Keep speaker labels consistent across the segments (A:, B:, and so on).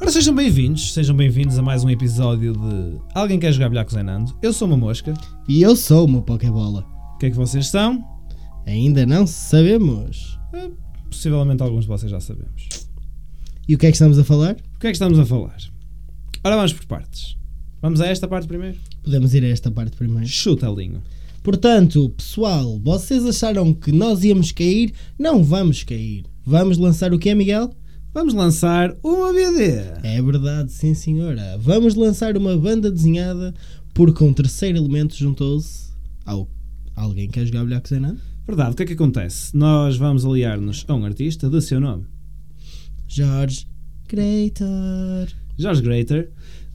A: Ora, sejam bem-vindos, sejam bem-vindos a mais um episódio de Alguém Quer Jogar Bilhar com o Zé Nando? Eu sou uma mosca.
B: E eu sou uma Pokébola.
A: O que é que vocês são?
B: Ainda não sabemos.
A: Possivelmente alguns de vocês já sabemos.
B: E o que é que estamos a falar?
A: O que é que estamos a falar? Ora, vamos por partes. Vamos a esta parte primeiro?
B: Podemos ir a esta parte primeiro.
A: Chuta, Linho.
B: Portanto, pessoal, vocês acharam que nós íamos cair? Não vamos cair. Vamos lançar o que é, Miguel?
A: Vamos lançar uma BD.
B: É verdade, sim senhora. Vamos lançar uma banda desenhada porque um terceiro elemento juntou-se ao... Alguém quer jogar bilhar com o Zé Nando?
A: Verdade, o que é que acontece? Nós vamos aliar-nos a um artista de seu nome,
B: Jorge Creator.
A: Jorge Greater,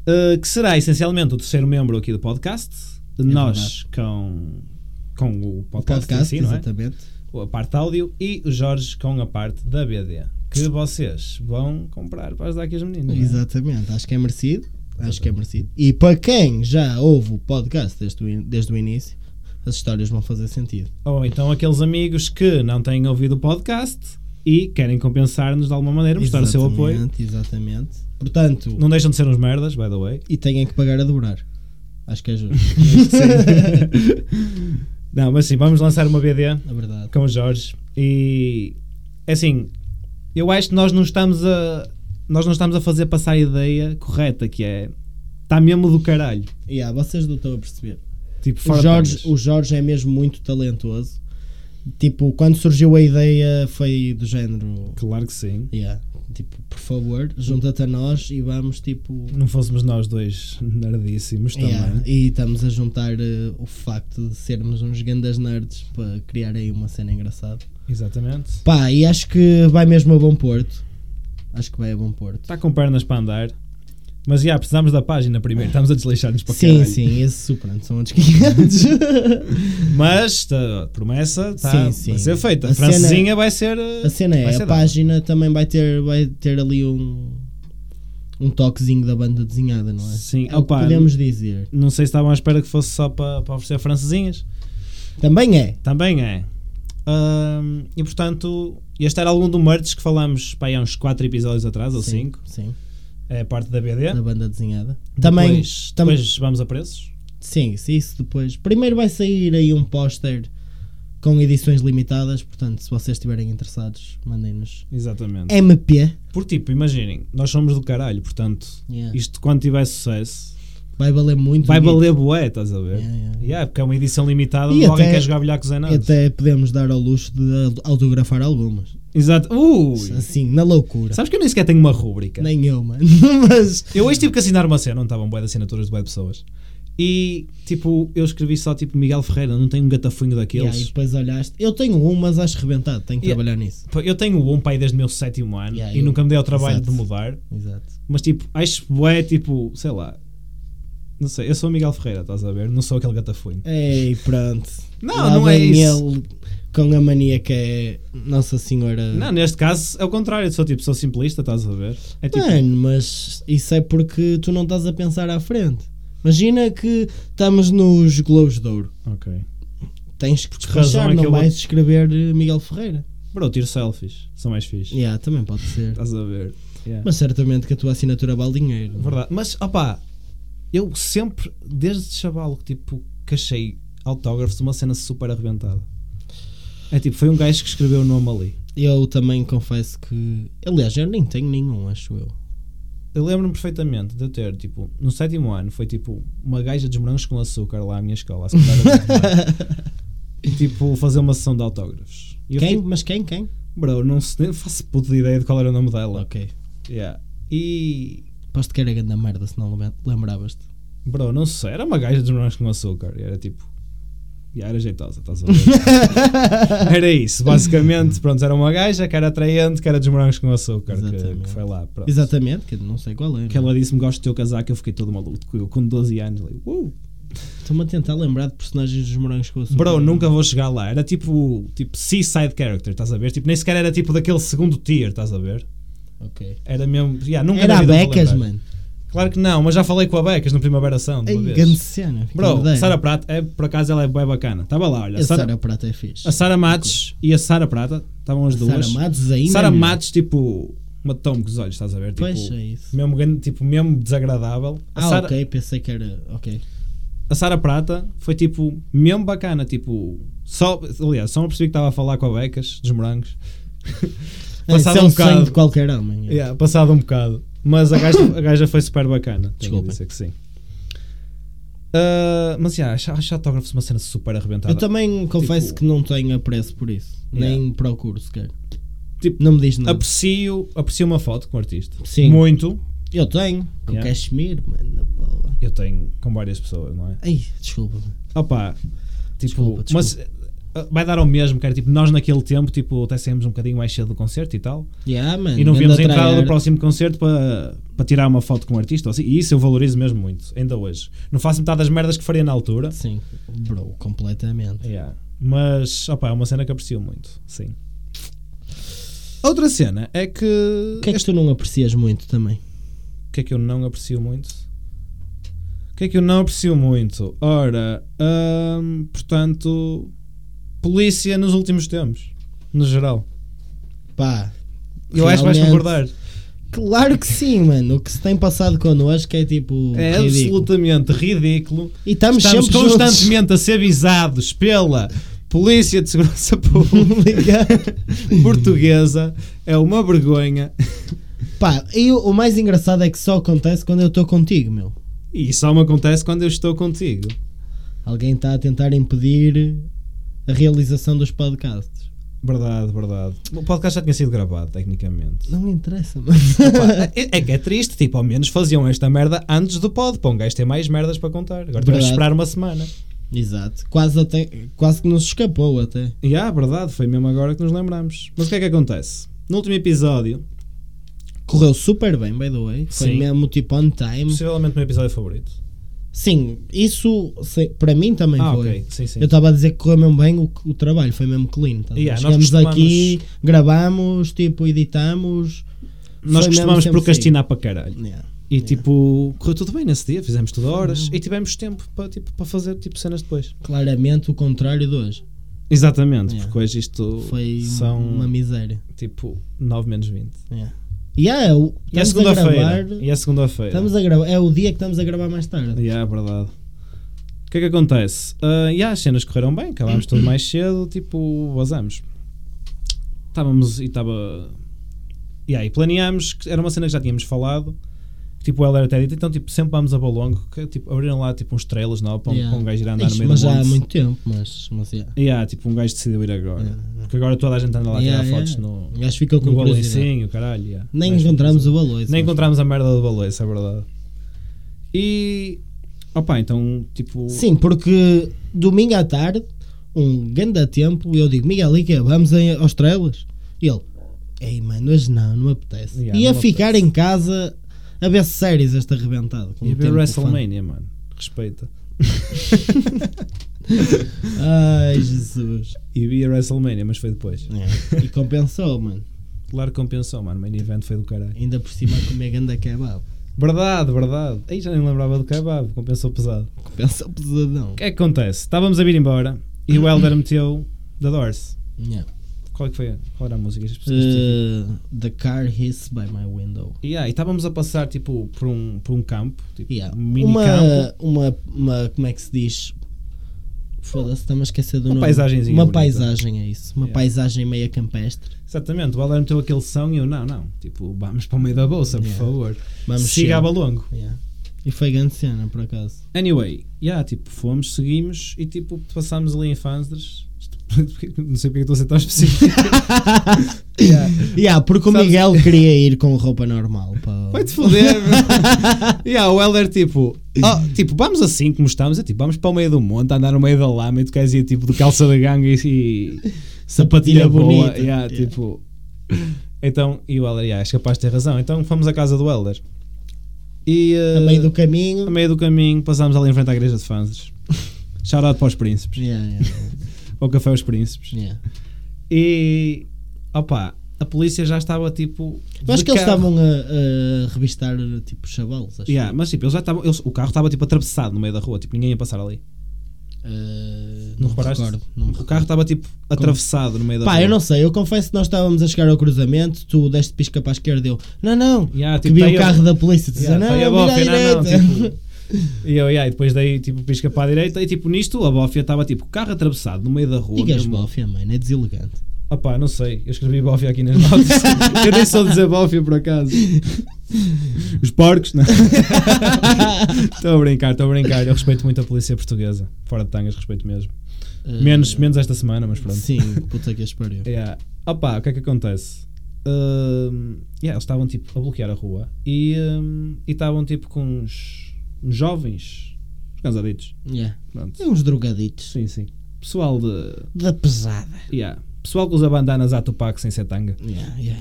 A: eh, que será essencialmente o terceiro membro aqui do podcast. Nós com, com o
B: O
A: podcast,
B: podcast,
A: em si, não é?
B: exatamente.
A: a parte áudio e o Jorge com a parte da BD que vocês vão comprar para ajudar aqui as meninas. não é?
B: Exatamente, acho que é merecido. Acho que é merecido. E para quem já ouve o podcast desde o, in- desde o início, as histórias vão fazer sentido.
A: Ou então aqueles amigos que não têm ouvido o podcast e querem compensar-nos de alguma maneira, mostrar o seu apoio.
B: Exatamente, Exatamente. Portanto,
A: Não deixam de ser uns merdas, by the way.
B: e têm que pagar a dobrar. Acho que é justo. É
A: não, mas sim, vamos lançar uma BD
B: Na verdade.
A: com o Jorge e é assim, eu acho que nós não estamos a nós não estamos a fazer passar a ideia correta que é está mesmo do caralho.
B: E yeah, vocês não estão a perceber.
A: Tipo, fora
B: O
A: de
B: Jorge,
A: pagas.
B: o Jorge é mesmo muito talentoso. Tipo, quando surgiu a ideia, foi do género.
A: Claro que sim.
B: Yeah. Tipo, por favor, junta-te a nós e vamos, tipo,
A: não fôssemos nós dois nerdíssimos também.
B: Yeah, E estamos a juntar eh, o facto de sermos uns grandes nerds para criar aí uma cena engraçada.
A: Exatamente.
B: Pá, e acho que vai mesmo a bom porto. Acho que vai a bom porto.
A: Está Tá com pernas para andar. Mas já, precisamos da página primeiro. Estamos a desleixar-nos para
B: sim,
A: caralho.
B: sim, esse superando são outros 500.
A: Mas tá, a promessa tá,
B: Sim, sim.
A: vai ser feita. A
B: A cena-
A: francesinha vai ser. eh,
B: a cena é,
A: vai ser
B: a
A: dada.
B: página também vai ter, vai ter ali um, um toquezinho da banda desenhada, não é?
A: Sim,
B: é o que
A: opa,
B: podemos dizer.
A: Não sei se estavam à espera que fosse só para, para oferecer francesinhas.
B: Também é.
A: Também é. Ahm, e portanto, este era algum do merch que falámos pá, aí há uns 4 episódios atrás, ou 5.
B: Sim,
A: É a parte da BD.
B: da banda desenhada. Também,
A: Depois,
B: tam-
A: depois vamos a preços.
B: Sim, se isso depois. Primeiro vai sair aí um póster com edições limitadas, portanto, se vocês estiverem interessados, mandem-nos. É
A: Exatamente.
B: MP.
A: Por tipo, imaginem, nós somos do caralho, portanto,
B: Yeah.
A: isto quando tiver sucesso
B: Vai valer muito.
A: vai
B: dinheiro.
A: valer boé, estás a ver?
B: Yeah, yeah, yeah.
A: Yeah, porque é uma edição limitada
B: E
A: onde alguém
B: até-
A: quer jogar bilhar com o Zé
B: E
A: Nando.
B: até podemos dar ao luxo de au- autografar algumas.
A: Exato. Ui!
B: Assim, na loucura.
A: Sabes que é? eu nem sequer tenho uma rúbrica.
B: Nem eu, mano. Mas.
A: Eu hoje tive que assinar uma cena, não estavam boé de assinaturas de boé de pessoas. E tipo, eu escrevi só tipo Miguel Ferreira, não tenho um gatafunho
B: Yeah,
A: daqueles.
B: e depois olhaste. Eu tenho um, mas acho rebentado. Tenho que
A: Yeah.
B: trabalhar nisso.
A: Pá, Eu tenho um pai desde o meu sétimo ano
B: Yeah,
A: e
B: eu-
A: nunca me dei ao trabalho
B: Exato.
A: de mudar.
B: Exato.
A: Mas tipo, acho boé, tipo, sei lá. Não sei, eu sou o Miguel Ferreira, estás a ver? Não sou aquele gatafunho.
B: Ei, pronto.
A: Não,
B: Lá
A: não é
B: vem
A: isso.
B: ele Com a mania que é Nossa Senhora.
A: Não, neste caso é o contrário, eu sou tipo, sou simplista, estás a ver? É tipo,
B: Mano, mas isso é porque tu não estás a pensar à frente. Imagina que estamos nos Globos de Ouro.
A: ok.
B: Tens que
A: que razão é
B: despachar,
A: que
B: não
A: eu
B: vais escrever eh, Miguel Ferreira.
A: Bro, tiro selfies, são mais fixe.
B: Yeah, também pode ser.
A: Estás a ver? Yeah.
B: Mas certamente que a tua assinatura vale dinheiro.
A: Verdade. Mas, opá, eu sempre, desde chavalo, que, tipo, que achei autógrafos uma cena super arrebentada. É tipo, foi um gajo que escreveu o nome ali.
B: Eu também confesso que. Aliás, eu nem tenho nenhum, acho eu.
A: Eu lembro-me perfeitamente de eu ter, tipo, no sétimo ano, foi tipo uma gaja de morangos com açúcar lá à minha escola, à secundária de Tomar, e tipo, fazer uma sessão de autógrafos. E eu
B: quem?
A: fiquei,
B: Mas quem? Quem?
A: Bro, não se, nem faço puta de ideia de qual era o nome dela.
B: Ok.
A: Yeah. E.
B: Aposto que era grande merda se não lembra- lembravas-te.
A: Bro, não sei, era uma gaja de morangos com açúcar. E era tipo. E era jeitosa, estás a ver? era isso, basicamente. Pronto, era uma gaja que era atraente, que era dos morangos com açúcar. Que,
B: Exatamente.
A: que foi lá, pronto.
B: Exatamente, que eu não sei qual é.
A: Que ela disse-me gosto do teu casaco, eu fiquei todo maluco. Eu com 12 anos, falei, uou!
B: Estou-me a tentar lembrar de personagens dos morangos com açúcar.
A: Bro, nunca vou chegar lá. Era tipo, tipo seaside character, estás a ver? Tipo, nem sequer era tipo daquele segundo tier, estás a ver?
B: Ok.
A: Era mesmo. Yeah, nunca
B: Era
A: na
B: a
A: vida me vou
B: Becas,
A: lembrar.
B: mano.
A: Claro que não, mas já falei com a Becas no Primavera Sound
B: Ei,
A: uma vez.
B: grande cena. que
A: Bro,
B: ideia.
A: Sara Prata, é, por acaso ela é bem bacana. Estava lá, olha.
B: A
A: A Sara,
B: Sara Prata é fixe.
A: a Sara Matos e a Sara Prata estavam as duas.
B: Sara Matos ainda.
A: Sara
B: meu.
A: Matos, tipo, matou-me com os olhos, estás a ver? Tipo,
B: Pois é isso.
A: mesmo, grande- tipo, mesmo desagradável. A
B: Ah,
A: Sara-
B: ok, pensei que era. Ok. É,
A: a Sara Prata foi tipo mesmo bacana, tipo, só, aliás, só me percebi que estava a falar com a Becas dos morangos.
B: Passado
A: passado
B: é
A: um
B: um sonho
A: bocado.
B: de qualquer homem. é.
A: Yeah, passado um bocado. Mas a gaja, a gaja foi super bacana. Tenho
B: Desculpa.
A: que dizer que sim. Ah, mas yeah, acho, acho autógrafos uma cena super arrebentada.
B: Eu também confesso
A: Tipo-
B: que não tenho apreço por isso.
A: Yeah.
B: Nem procuro sequer.
A: Tipo,
B: não me diz nada.
A: aprecio, aprecio uma foto com o artista.
B: Hum. Sim.
A: Muito.
B: Eu tenho. Com
A: Yeah.
B: cachemir, mano. na boa.
A: Eu tenho com várias pessoas, não é?
B: Ai, desculpa.
A: Opa, tipo,
B: Desculpa, desculpa.
A: mas ah, vai dar ao mesmo, cara. Tipo, nós naquele tempo, tipo, até saímos um bocadinho mais cedo do concerto e tal.
B: Yeah, mano,
A: E não
B: ganda
A: vimos a entrada
B: tryhard.
A: do próximo concerto para, para tirar uma foto com o artista. ou assim. E isso eu valorizo mesmo muito, ainda hoje. Não faço metade das merdas que faria na altura.
B: Sim, bro, completamente.
A: Yeah. Mas, opá, é uma cena que aprecio muito, sim. Outra cena é que.
B: O que é que tu não aprecias muito também?
A: O que é que eu não aprecio muito? O que é que eu não aprecio muito? Ora, hum, portanto, polícia nos últimos tempos, no geral.
B: Pá,
A: Eu acho que vais
B: Realmente,
A: concordar.
B: claro que sim, mano. O que se tem passado connosco é tipo.
A: É
B: ridículo.
A: absolutamente ridículo.
B: E estamos,
A: Estamos
B: sempre juntos.
A: constantemente a ser avisados pela Polícia de Segurança Pública Portuguesa. É uma vergonha.
B: Pá, e o, o mais engraçado é que só acontece quando eu estou contigo, meu.
A: E só me acontece quando eu estou contigo.
B: Alguém está a tentar impedir a realização dos podcasts.
A: Verdade, verdade. O podcast já tinha sido gravado, tecnicamente.
B: Não me interessa, mano.
A: Pá, é, é que é triste, tipo, ao menos faziam esta merda antes do pod, para um gajo ter mais merdas para contar. Agora tivemos
B: Verdade.
A: de esperar uma semana.
B: Exato. Quase, até, quase que nos escapou até.
A: E ah, verdade, foi mesmo agora que nos lembramos. Mas o que é que acontece? No último episódio,
B: Correu super bem, by the way. Foi
A: Sim.
B: mesmo tipo on time.
A: possivelmente o meu episódio favorito.
B: Sim, isso se- para mim também
A: ah,
B: foi.
A: ok, sim, sim.
B: Eu estava a dizer que correu mesmo bem o, o trabalho, foi mesmo clean. tá a ver?
A: Yeah, nós
B: Chegamos
A: costumamos-
B: aqui, gravamos, tipo, editamos.
A: Nós
B: foi mesmo
A: costumamos
B: sempre
A: procrastinar para caralho.
B: assim. Yeah.
A: E tipo, correu tudo bem nesse dia, fizemos tudo horas e tivemos tempo para, tipo, para fazer tipo, cenas depois.
B: Claramente o contrário de hoje.
A: Exatamente,
B: Yeah.
A: porque hoje isto
B: Foi
A: são
B: uma miséria.
A: tipo 9 menos 20.
B: Yeah. Yeah, o-
A: E é
B: estamos a gravar.
A: segunda-feira. E é segunda-feira.
B: Estamos a gravar. É o dia que estamos a gravar mais tarde.
A: Yeah, é verdade. O que é que acontece? Ah, yeah, as cenas correram bem, acabámos tudo mais cedo, tipo, vazamos. Estávamos e estava. Yeah, e planeámos, que era uma cena que já tínhamos falado, que, tipo, ela era até dita, então tipo, sempre vamos a Balongo, que tipo, abriram lá tipo uns trailers não, para, um-
B: Yeah.
A: para um gajo ir andar
B: Ixi,
A: no meio
B: mas
A: do
B: já há
A: monte.
B: muito tempo, mas, mas yeah.
A: Yeah, tipo, um gajo decidiu ir agora.
B: Yeah, yeah.
A: Porque agora toda a gente anda lá a
B: Yeah,
A: tirar
B: yeah.
A: fotos no,
B: O gajo ficou com
A: no
B: curiosidade.
A: balancinho, caralho. yeah.
B: Nem
A: Mas-
B: encontramos o valor.
A: nem encontramos a merda do balanço, é verdade. E. Opa, então, tipo.
B: Sim, porque domingo à tarde, um grande tempo, eu digo, Miguel, e quê? Vamos em- aos trailers? E ele, ei mano, hoje não, não me apetece.
A: Yeah,
B: Ia
A: não me
B: ficar
A: apetece.
B: em casa a ver séries este arrebentado. com
A: E
B: o tempo
A: ver
B: que
A: WrestleMania, mano. Respeita.
B: faz. Ai, Jesus.
A: E vi a WrestleMania, mas foi depois.
B: É, E compensou, mano.
A: Claro que compensou, mano. Main event foi do caralho.
B: Ainda por cima a comer ganda kebab.
A: Verdade, verdade. Aí já nem lembrava do kebab. Compensou pesado.
B: Compensou pesadão.
A: O que é que acontece? Estávamos a vir embora e o Elder meteu da Doors.
B: Yeah.
A: Qual é que foi? a- Qual era a música? As pessoas específicas.
B: Uh, the car hiss by my window.
A: Yeah, e estávamos a passar, tipo, por um, por um campo. Tipo,
B: Yeah.
A: um mini campo.
B: uma, uma, uma, como é que se diz? Foda-se, estamos a esquecer do
A: Uma
B: nome.
A: paisagenzinha
B: Uma
A: bonita.
B: paisagem, é isso. Uma
A: Yeah.
B: paisagem meia campestre.
A: Exatamente. O Elder meteu aquele som e eu, não, não. Tipo, vamos para o meio da bolsa, por
B: Yeah.
A: favor.
B: Vamos
A: Siga a balongo.
B: Yeah. E foi grande cena, por acaso.
A: Anyway, yeah, tipo, fomos, seguimos e tipo, passámos ali em Fanzers. Não sei porque eu estou a ser tão específico. Yeah.
B: Yeah, porque o
A: Sabes-
B: Miguel queria ir com roupa normal. Para...
A: Vai-te foder. meu. yeah, o Elder, tipo, oh, tipo, vamos assim como estamos, é tipo, vamos para o meio do monte, andar no meio da lama e tu queres ir tipo de calça da ganga e, e sapatilha
B: Sapatilha
A: boa.
B: bonita.
A: Yeah,
B: Yeah.
A: Tipo, então, e o Elder, yeah, és capaz de ter razão. Então fomos à casa do Elder. E, eh,
B: A meio do
A: a
B: caminho.
A: meio do caminho passámos ali em frente à igreja de Fanzers. Shout out para os príncipes.
B: Yeah, yeah,
A: Ao Café aos Príncipes.
B: yeah.
A: E opá, a polícia já estava tipo.
B: Eu acho
A: de
B: que eles
A: carro.
B: estavam a, a revistar tipo chavalos. Acho.
A: Yeah, mas tipo, eles já estavam. eles- o carro estava tipo atravessado no meio da rua, tipo, ninguém ia passar ali.
B: Ah,
A: Não
B: não
A: reparaste?
B: recordo. Não me
A: O carro estava tipo atravessado no meio da
B: Pá,
A: rua.
B: eu não sei, eu confesso que nós estávamos a chegar ao cruzamento, tu deste pisca para a esquerda e eu, não, não,
A: Yeah,
B: que
A: tipo,
B: vi
A: tem
B: o
A: a-
B: carro da polícia, tu dizia,
A: Yeah,
B: não,
A: foi
B: não,
A: a
B: vira à
A: bófia,
B: direita.
A: não, não, tipo, E eu, yeah, e depois daí, tipo, pisca para a direita e, tipo, nisto, a bófia estava, tipo, carro atravessado no meio da rua.
B: Digas
A: mesmo.
B: bófia, mano, é deselegante.
A: Opá, não sei, eu escrevi bófia aqui nas notas. eu nem sou dizer bófia, por acaso. Os porcos, não. é? Estou a brincar, estou a brincar. Eu respeito muito a polícia portuguesa. Fora de tangas, respeito mesmo. Menos,
B: Ah,
A: menos esta semana, mas pronto.
B: Sim, puta que as pariu.
A: Yeah. Opa, o que é que acontece? Ahm, yeah, eles estavam tipo a bloquear a rua e ahm, e estavam tipo com uns, uns jovens, uns cansaditos.
B: Yeah.
A: Pronto.
B: É uns drogaditos,
A: Sim, sim. Pessoal de.
B: da pesada.
A: Yeah. Pessoal que usa bandanas à Tupac sem ser tanga
B: Yeah, yeah,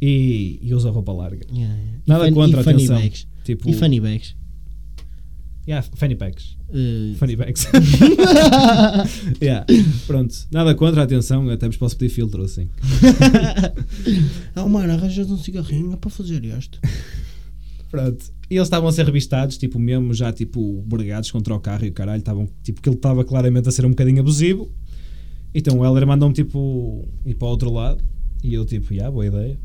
A: e, e usa roupa larga.
B: yeah, yeah.
A: Nada
B: e, fun-
A: contra,
B: e funny
A: atenção.
B: Bags.
A: Tipo.
B: E funny bags.
A: yeah, fanny packs.
B: Ah,
A: Fanny packs. yeah. Pronto. Nada contra, atenção. Até vos posso pedir filtro assim.
B: oh, mano, arranjas um cigarrinho para fazer este.
A: Pronto. E eles estavam a ser revistados, tipo, mesmo já, tipo, bregados contra o carro e o caralho, estavam, tipo, que ele estava claramente a ser um bocadinho abusivo. Então o Heller mandou-me, tipo, ir para o outro lado. E eu, tipo, já, boa ideia.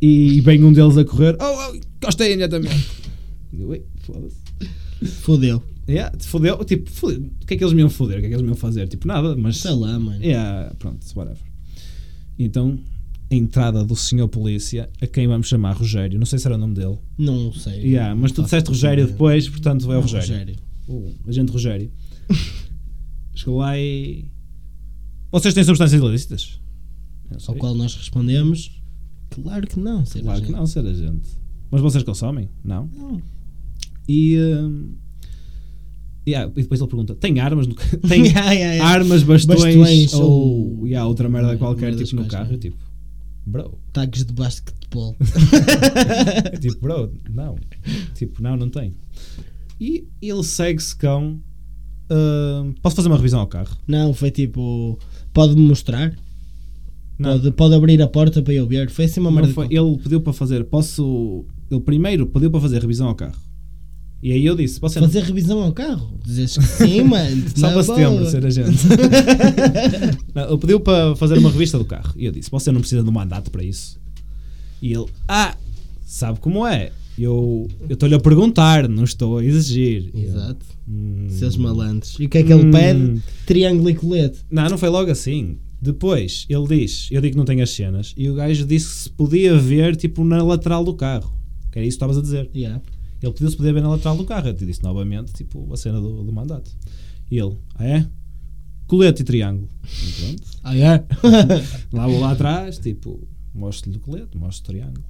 A: e vem um deles a correr, oh, oh, encostei imediatamente. E eu, "Ui, foda-se.
B: Fodeu.
A: Yeah, fodeu, tipo, fodeu. o que é que eles me iam foder? O que é que eles me iam fazer? Tipo, nada, mas.
B: Sei lá, mano.
A: Yeah, pronto, whatever. Então, a entrada do senhor polícia, a quem vamos chamar Rogério, não sei se era o nome dele.
B: Não sei.
A: Yeah, mas tu
B: Não
A: disseste
B: faço
A: Rogério
B: ideia.
A: depois, portanto é o
B: Ah,
A: Rogério. O agente Rogério. Chegou lá e. Vocês têm substâncias ilícitas? Eu sei.
B: Ao qual nós respondemos: Claro que não, sei
A: Claro que não, ser agente. Mas vocês consomem? Não.
B: não.
A: E. hum, yeah, e depois ele pergunta: tem armas? No... ca- Tem
B: Yeah, yeah, yeah.
A: armas, bastões,
B: Bastões
A: ou.
B: ou-
A: yeah, outra merda
B: Uma
A: qualquer
B: merda
A: tipo no
B: quaisquer.
A: carro? Eu, tipo, bro.
B: Taques de basquetebol.
A: É tipo, bro, não. Tipo, não, não tem. E ele segue-se com. ah, posso fazer uma revisão ao carro?
B: não, foi tipo: Pode-me mostrar?
A: Não,
B: Pode, pode abrir a porta para eu ver? Foi assim uma
A: não
B: merda.
A: foi.
B: qualquer.
A: Ele pediu para fazer. Posso. Ele primeiro pediu para fazer revisão ao carro. E aí eu disse: posso
B: Fazer revisão ao carro? Dizes que sim, mano.
A: Só
B: na
A: para setembro,
B: boa.
A: ser a gente. Não, ele pediu para fazer uma revista do carro. E eu disse: Você não precisa de um mandato para isso. E ele: Ah, sabe como é? Eu eu estou-lhe a perguntar, não estou a exigir. E eu,
B: Exato.
A: "Hum."
B: Seus malandros. E o que é que ele
A: Hum.
B: pede? Triângulo e colete.
A: Não, não foi logo assim. Depois ele diz: Eu digo que não tenho as cenas. E o gajo disse que se podia ver tipo na lateral do carro. Que era isso que estavas a dizer.
B: Yeah.
A: Ele pediu-se poder ver na lateral do carro. Eu te disse novamente, tipo, a cena do, do mandato. E ele, ah é? Colete e triângulo. E pronto.
B: Ah, é?
A: Lá vou lá atrás, tipo, mostro-lhe o colete, mostro o triângulo.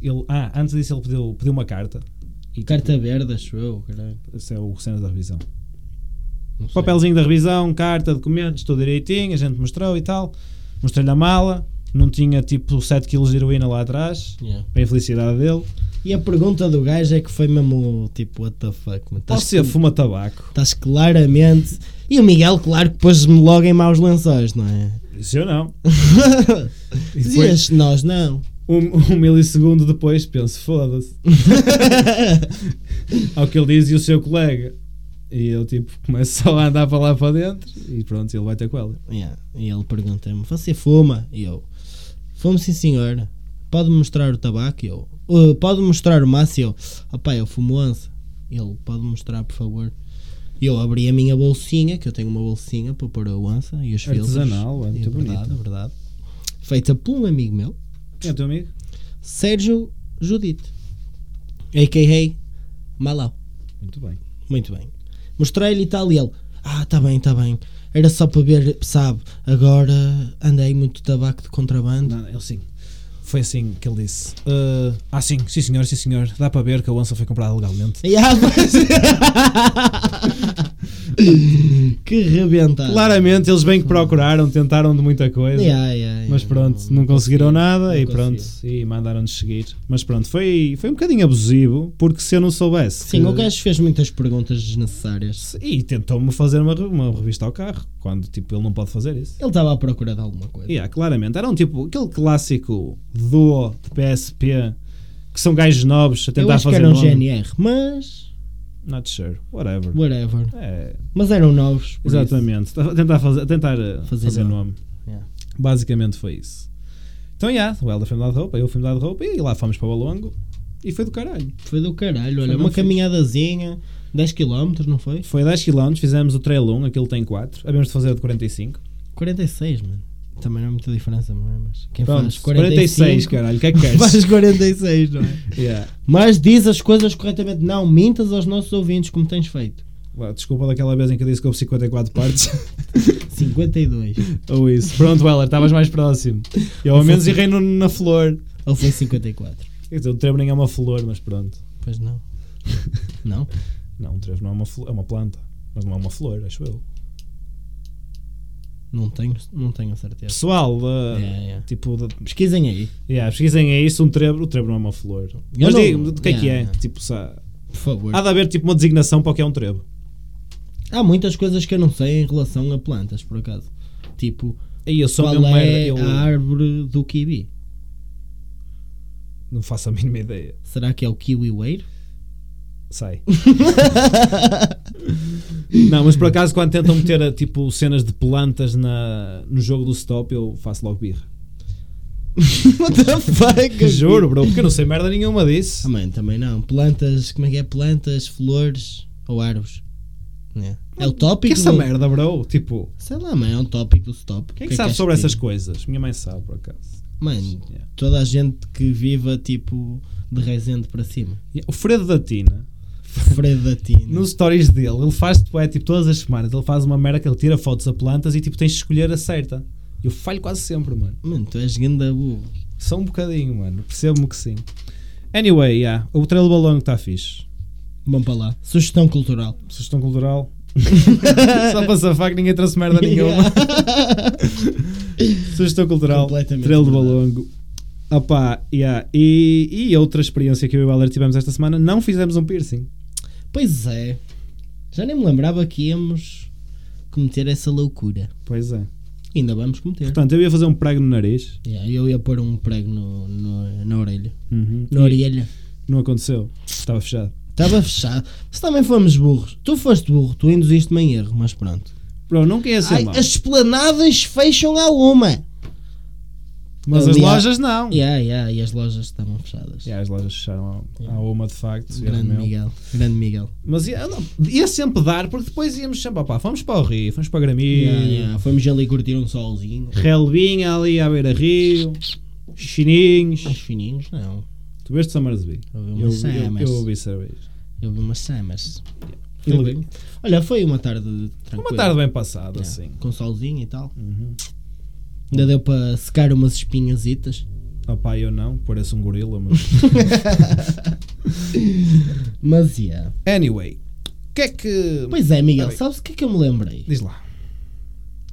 A: Ele, ah, antes disso ele pediu, pediu uma carta. E
B: Carta verde, acho eu, caralho.
A: tipo, esse é o cena da revisão.
B: Não sei.
A: Papelzinho da revisão, carta, documentos, tudo direitinho, a gente mostrou e tal. Mostrei-lhe a mala, não tinha tipo 7 kg de heroína lá atrás.
B: Yeah.
A: Para a infelicidade dele.
B: E a pergunta do gajo é que foi mesmo tipo, what the fuck, mano. Estás
A: Você fuma tabaco?
B: estás claramente. E o Miguel, claro que pôs-me logo em maus lençóis, não é?
A: Isso eu não. E depois-
B: Dizias, nós não.
A: Um, um milissegundo depois penso, foda-se. Ao que ele diz e o seu colega. E eu tipo começo só a andar para lá para dentro e pronto, ele vai ter com ela.
B: Yeah. E ele pergunta-me: Você fuma? E eu: Fumo, sim, senhora. Pode-me mostrar o tabaco? E eu: "Uh, Pode-me mostrar o maço? E eu: Opá, eu fumo onça. Ele: Pode-me mostrar, por favor. E eu abri a minha bolsinha, que eu tenho uma bolsinha para pôr a onça e os filtros.
A: Artesanal, é muito
B: verdade,
A: bonito.
B: é verdade. Feita por um amigo meu,
A: É o teu amigo?
B: Sérgio Judite, a.k.a. Malau.
A: Muito bem.
B: Muito bem. Mostrei-lhe e tal, e ele, ah, tá bem, tá bem. Era só para ver, sabe, agora andei muito tabaco de contrabando.
A: Não, ele sim. Foi assim que ele disse. "Ah, ah, sim, sim senhor, sim senhor. Dá para ver que a onça foi comprada legalmente.
B: E, ah, mas- que rebentado.
A: Claramente eles bem que procuraram, tentaram de muita coisa.
B: Ah. Yeah, yeah, yeah.
A: Mas pronto, não, conseguiram nada e
B: não
A: pronto, e mandaram-nos seguir. Mas pronto, foi, foi um bocadinho abusivo, porque se eu não soubesse.
B: Sim,
A: que-
B: o gajo fez muitas perguntas desnecessárias.
A: E tentou-me fazer uma, re- uma revista ao carro, quando tipo, ele não pode fazer isso.
B: Ele estava à procura de alguma coisa.
A: E yeah, claramente, era um tipo, aquele clássico do de PSP, que são gajos novos a
B: Eu
A: tentar
B: acho que
A: fazer
B: era um
A: nome.
B: GNR, mas
A: Not sure. Whatever.
B: Whatever.
A: É,
B: Mas eram novos. por isso.
A: exatamente. Estava A tentar fazer, a tentar eh,
B: Fazer
A: fazer,
B: nome.
A: nome.
B: Yeah.
A: Basicamente foi isso. Então, yeah, o Helder foi mudar de roupa, eu fui mudar de roupa e lá fomos para o Alongo e foi do caralho.
B: Foi do caralho. Olha,
A: Foi
B: uma
A: bem fixe.
B: caminhadazinha, 10km, não foi?
A: Foi 10 km, fizemos o trail 1, aquilo tem 4, havemos de fazer de 45.
B: 46, mano. Também não é muita diferença, não é? Mas quem
A: Pronto,
B: faz
A: 46,
B: 45,
A: caralho, o que é que queres?
B: faz 46, não é?
A: Yeah.
B: Mas diz as coisas corretamente. Não mintas aos nossos ouvintes como tens feito.
A: Ué, Desculpa daquela vez em que eu disse que houve 54 partes,
B: 52.
A: ou isso. Pronto, Weller, estavas mais próximo. Eu ao menos errei no- na flor.
B: Ou foi 54?
A: Quer dizer, o trevo nem é uma flor, mas pronto.
B: Pois não. Não?
A: Não, um trevo não é uma flor, é uma planta, mas não é uma flor, acho eu.
B: Não tenho, não tenho a certeza.
A: Pessoal, uh,
B: Yeah, yeah.
A: tipo, de-
B: Pesquisem aí,
A: yeah, pesquisem aí isso, um trevo, o trevo não é uma flor. mas
B: não-
A: digam-me, do que é que é?
B: yeah, yeah.
A: Tipo, se há,
B: por favor.
A: há de haver tipo uma designação para o que é um trevo.
B: Há muitas coisas que eu não sei em relação a plantas, por acaso. Tipo,
A: Aí eu sou
B: qual
A: mesmo merda,
B: é
A: eu
B: a árvore do kiwi?
A: não faço a mínima ideia.
B: Será que é o kiwiweiro?
A: Sai. não, mas por acaso quando tentam meter tipo cenas de plantas na, no jogo do stop, eu faço logo birra.
B: What the fuck?
A: Juro, bro, porque eu não sei merda nenhuma disso.
B: Ah, mano, também não. Plantas, como é que é? Plantas, flores ou árvores? Né? É o
A: Que
B: tópico.
A: essa
B: do-
A: merda, bro? Tipo,
B: Sei lá, mano, é um tópico do stop.
A: quem é que sabe sobre essas
B: coisas?
A: coisas? Minha mãe sabe, por acaso.
B: Mano,
A: Yeah.
B: toda a gente que viva tipo de Rezende para cima.
A: O Fredo da Tina,
B: Fredo da Tina.
A: nos stories dele, ele faz tipo, é, tipo todas as semanas, ele faz uma merda que ele tira fotos a plantas e tipo tens de escolher a certa. Eu falho quase sempre, mano.
B: Mano, tu és uh, ganda burro.
A: Só um bocadinho, mano. Percebo-me que sim. Anyway, yeah, o trail do balão está fixe.
B: Vamos para lá. Sugestão cultural.
A: Sugestão cultural. Só para safar que ninguém trouxe merda nenhuma. Sugestão cultural.
B: Completamente
A: Trail do
B: verdade.
A: Balongo. Opa, yeah. e, e outra experiência que eu e o Valer tivemos esta semana, não fizemos um piercing.
B: pois é. Já nem me lembrava que íamos cometer essa loucura.
A: Pois é.
B: Ainda vamos cometer.
A: Portanto, eu ia fazer um prego no nariz.
B: Yeah, eu ia pôr um prego no, no- na orelha.
A: Uhum.
B: Na orelha.
A: Não aconteceu. Estava fechado.
B: Estava fechado. Se também fomos burros. Tu foste burro, tu induziste-me em erro, mas pronto.
A: Bro, nunca ia ser
B: Ai,
A: é mau.
B: as esplanadas fecham à uma.
A: Mas as
B: aliás-
A: lojas não.
B: Yeah, yeah, e as lojas estavam fechadas.
A: Yeah, as lojas fecharam à- à uma de facto. erro
B: Grande
A: meu.
B: Miguel. Grande Miguel.
A: Mas ia, não, ia sempre dar, porque depois íamos sempre, opá, fomos para o Rio, fomos para Gramilho,
B: Yeah, yeah, Fomos ali curtir um solzinho.
A: Relvinha ali à beira Rio, Chininhos.
B: Mais fininhos, não.
A: Tu veste Summersby?
B: Eu vi
A: Eu,
B: umas
A: eu, eu,
B: Summers.
A: ouvi cerveja.
B: Eu vi umas samas.
A: E
B: Foi
A: levei-
B: bem. Olha, foi uma tarde tranquila.
A: Uma tarde bem passada,
B: Yeah,
A: assim.
B: Com solzinho e tal.
A: Uhum.
B: Ainda deu para secar umas espinhazitas.
A: Opá, eu não, parece um gorila, mas...
B: Mas yeah.
A: anyway, o que é que...
B: Pois é, Miguel,
A: Tá bem.
B: sabes o que é que eu me lembrei?
A: Diz lá.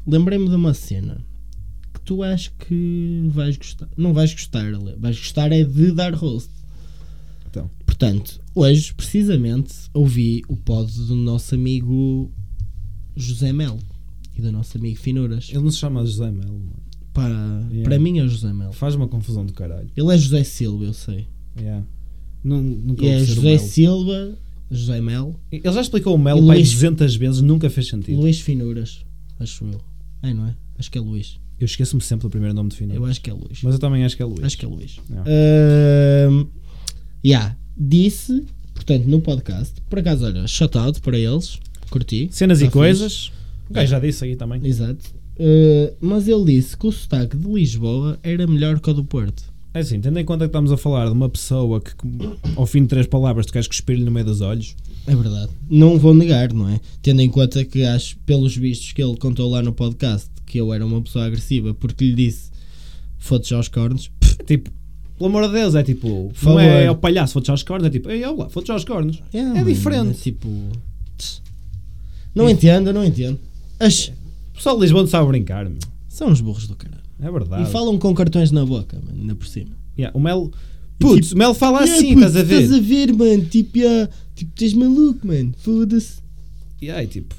B: Lembrei-me de uma cena que tu acho que vais gostar. Não vais gostar, Ale. Vais gostar é de dar host.
A: Então.
B: Portanto, hoje, precisamente, ouvi o pod do nosso amigo José Melo e do nosso amigo Finuras.
A: Ele não se chama José Melo, mano.
B: Para, para mim é o José Melo.
A: Faz uma confusão do caralho.
B: Ele é José Silva, eu sei.
A: Yeah. Nun- nunca
B: E é
A: ouvi ser o
B: José
A: Melo.
B: Silva, José Melo,
A: Ele já explicou o Melo
B: E
A: pai
B: Luís-
A: 200 vezes, nunca fez sentido.
B: Luís Finuras, acho eu. É, não é? Acho que é Luís.
A: Eu esqueço-me sempre do primeiro nome de final.
B: Eu acho que é Luís.
A: Mas eu também acho que é Luís.
B: Acho que é Luís.
A: Não. É.
B: Ahm, yeah, disse, portanto, no podcast, por acaso, olha, shoutout para eles, curti.
A: Cenas
B: Tá
A: e
B: fixe.
A: coisas. O
B: É.
A: gajo já disse aí também.
B: Exato. Ah, mas ele disse que o sotaque de Lisboa era melhor que o do Porto.
A: É assim, tendo em conta que estamos a falar de uma pessoa que, que ao fim de três palavras tu queres cuspir-lhe no meio dos olhos.
B: É verdade. Não vou negar, não é? Tendo em conta que acho, pelos vistos que ele contou lá no podcast, que eu era uma pessoa agressiva porque lhe disse fotos aos cornos.
A: É Tipo, pelo amor de Deus, é tipo,
B: Favor.
A: não é ao palhaço, vou-te já aos cornos, é tipo, ei, olá, vou-te já aos cornos.
B: É,
A: diferente.
B: é tipo. tch. Não entendo, não entendo. As,
A: O pessoal de Lisboa não sabe brincar, meu.
B: são os burros do caralho.
A: é verdade.
B: E falam com cartões na boca, mano, ainda por cima.
A: Yeah, o Mel, putz,
B: tipo,
A: o Mel fala
B: Yeah,
A: assim,
B: puto,
A: estás a ver?
B: Estás a ver, mano, tipo, yeah, tipo, tens maluco, mano, foda-se.
A: Yeah, e tipo,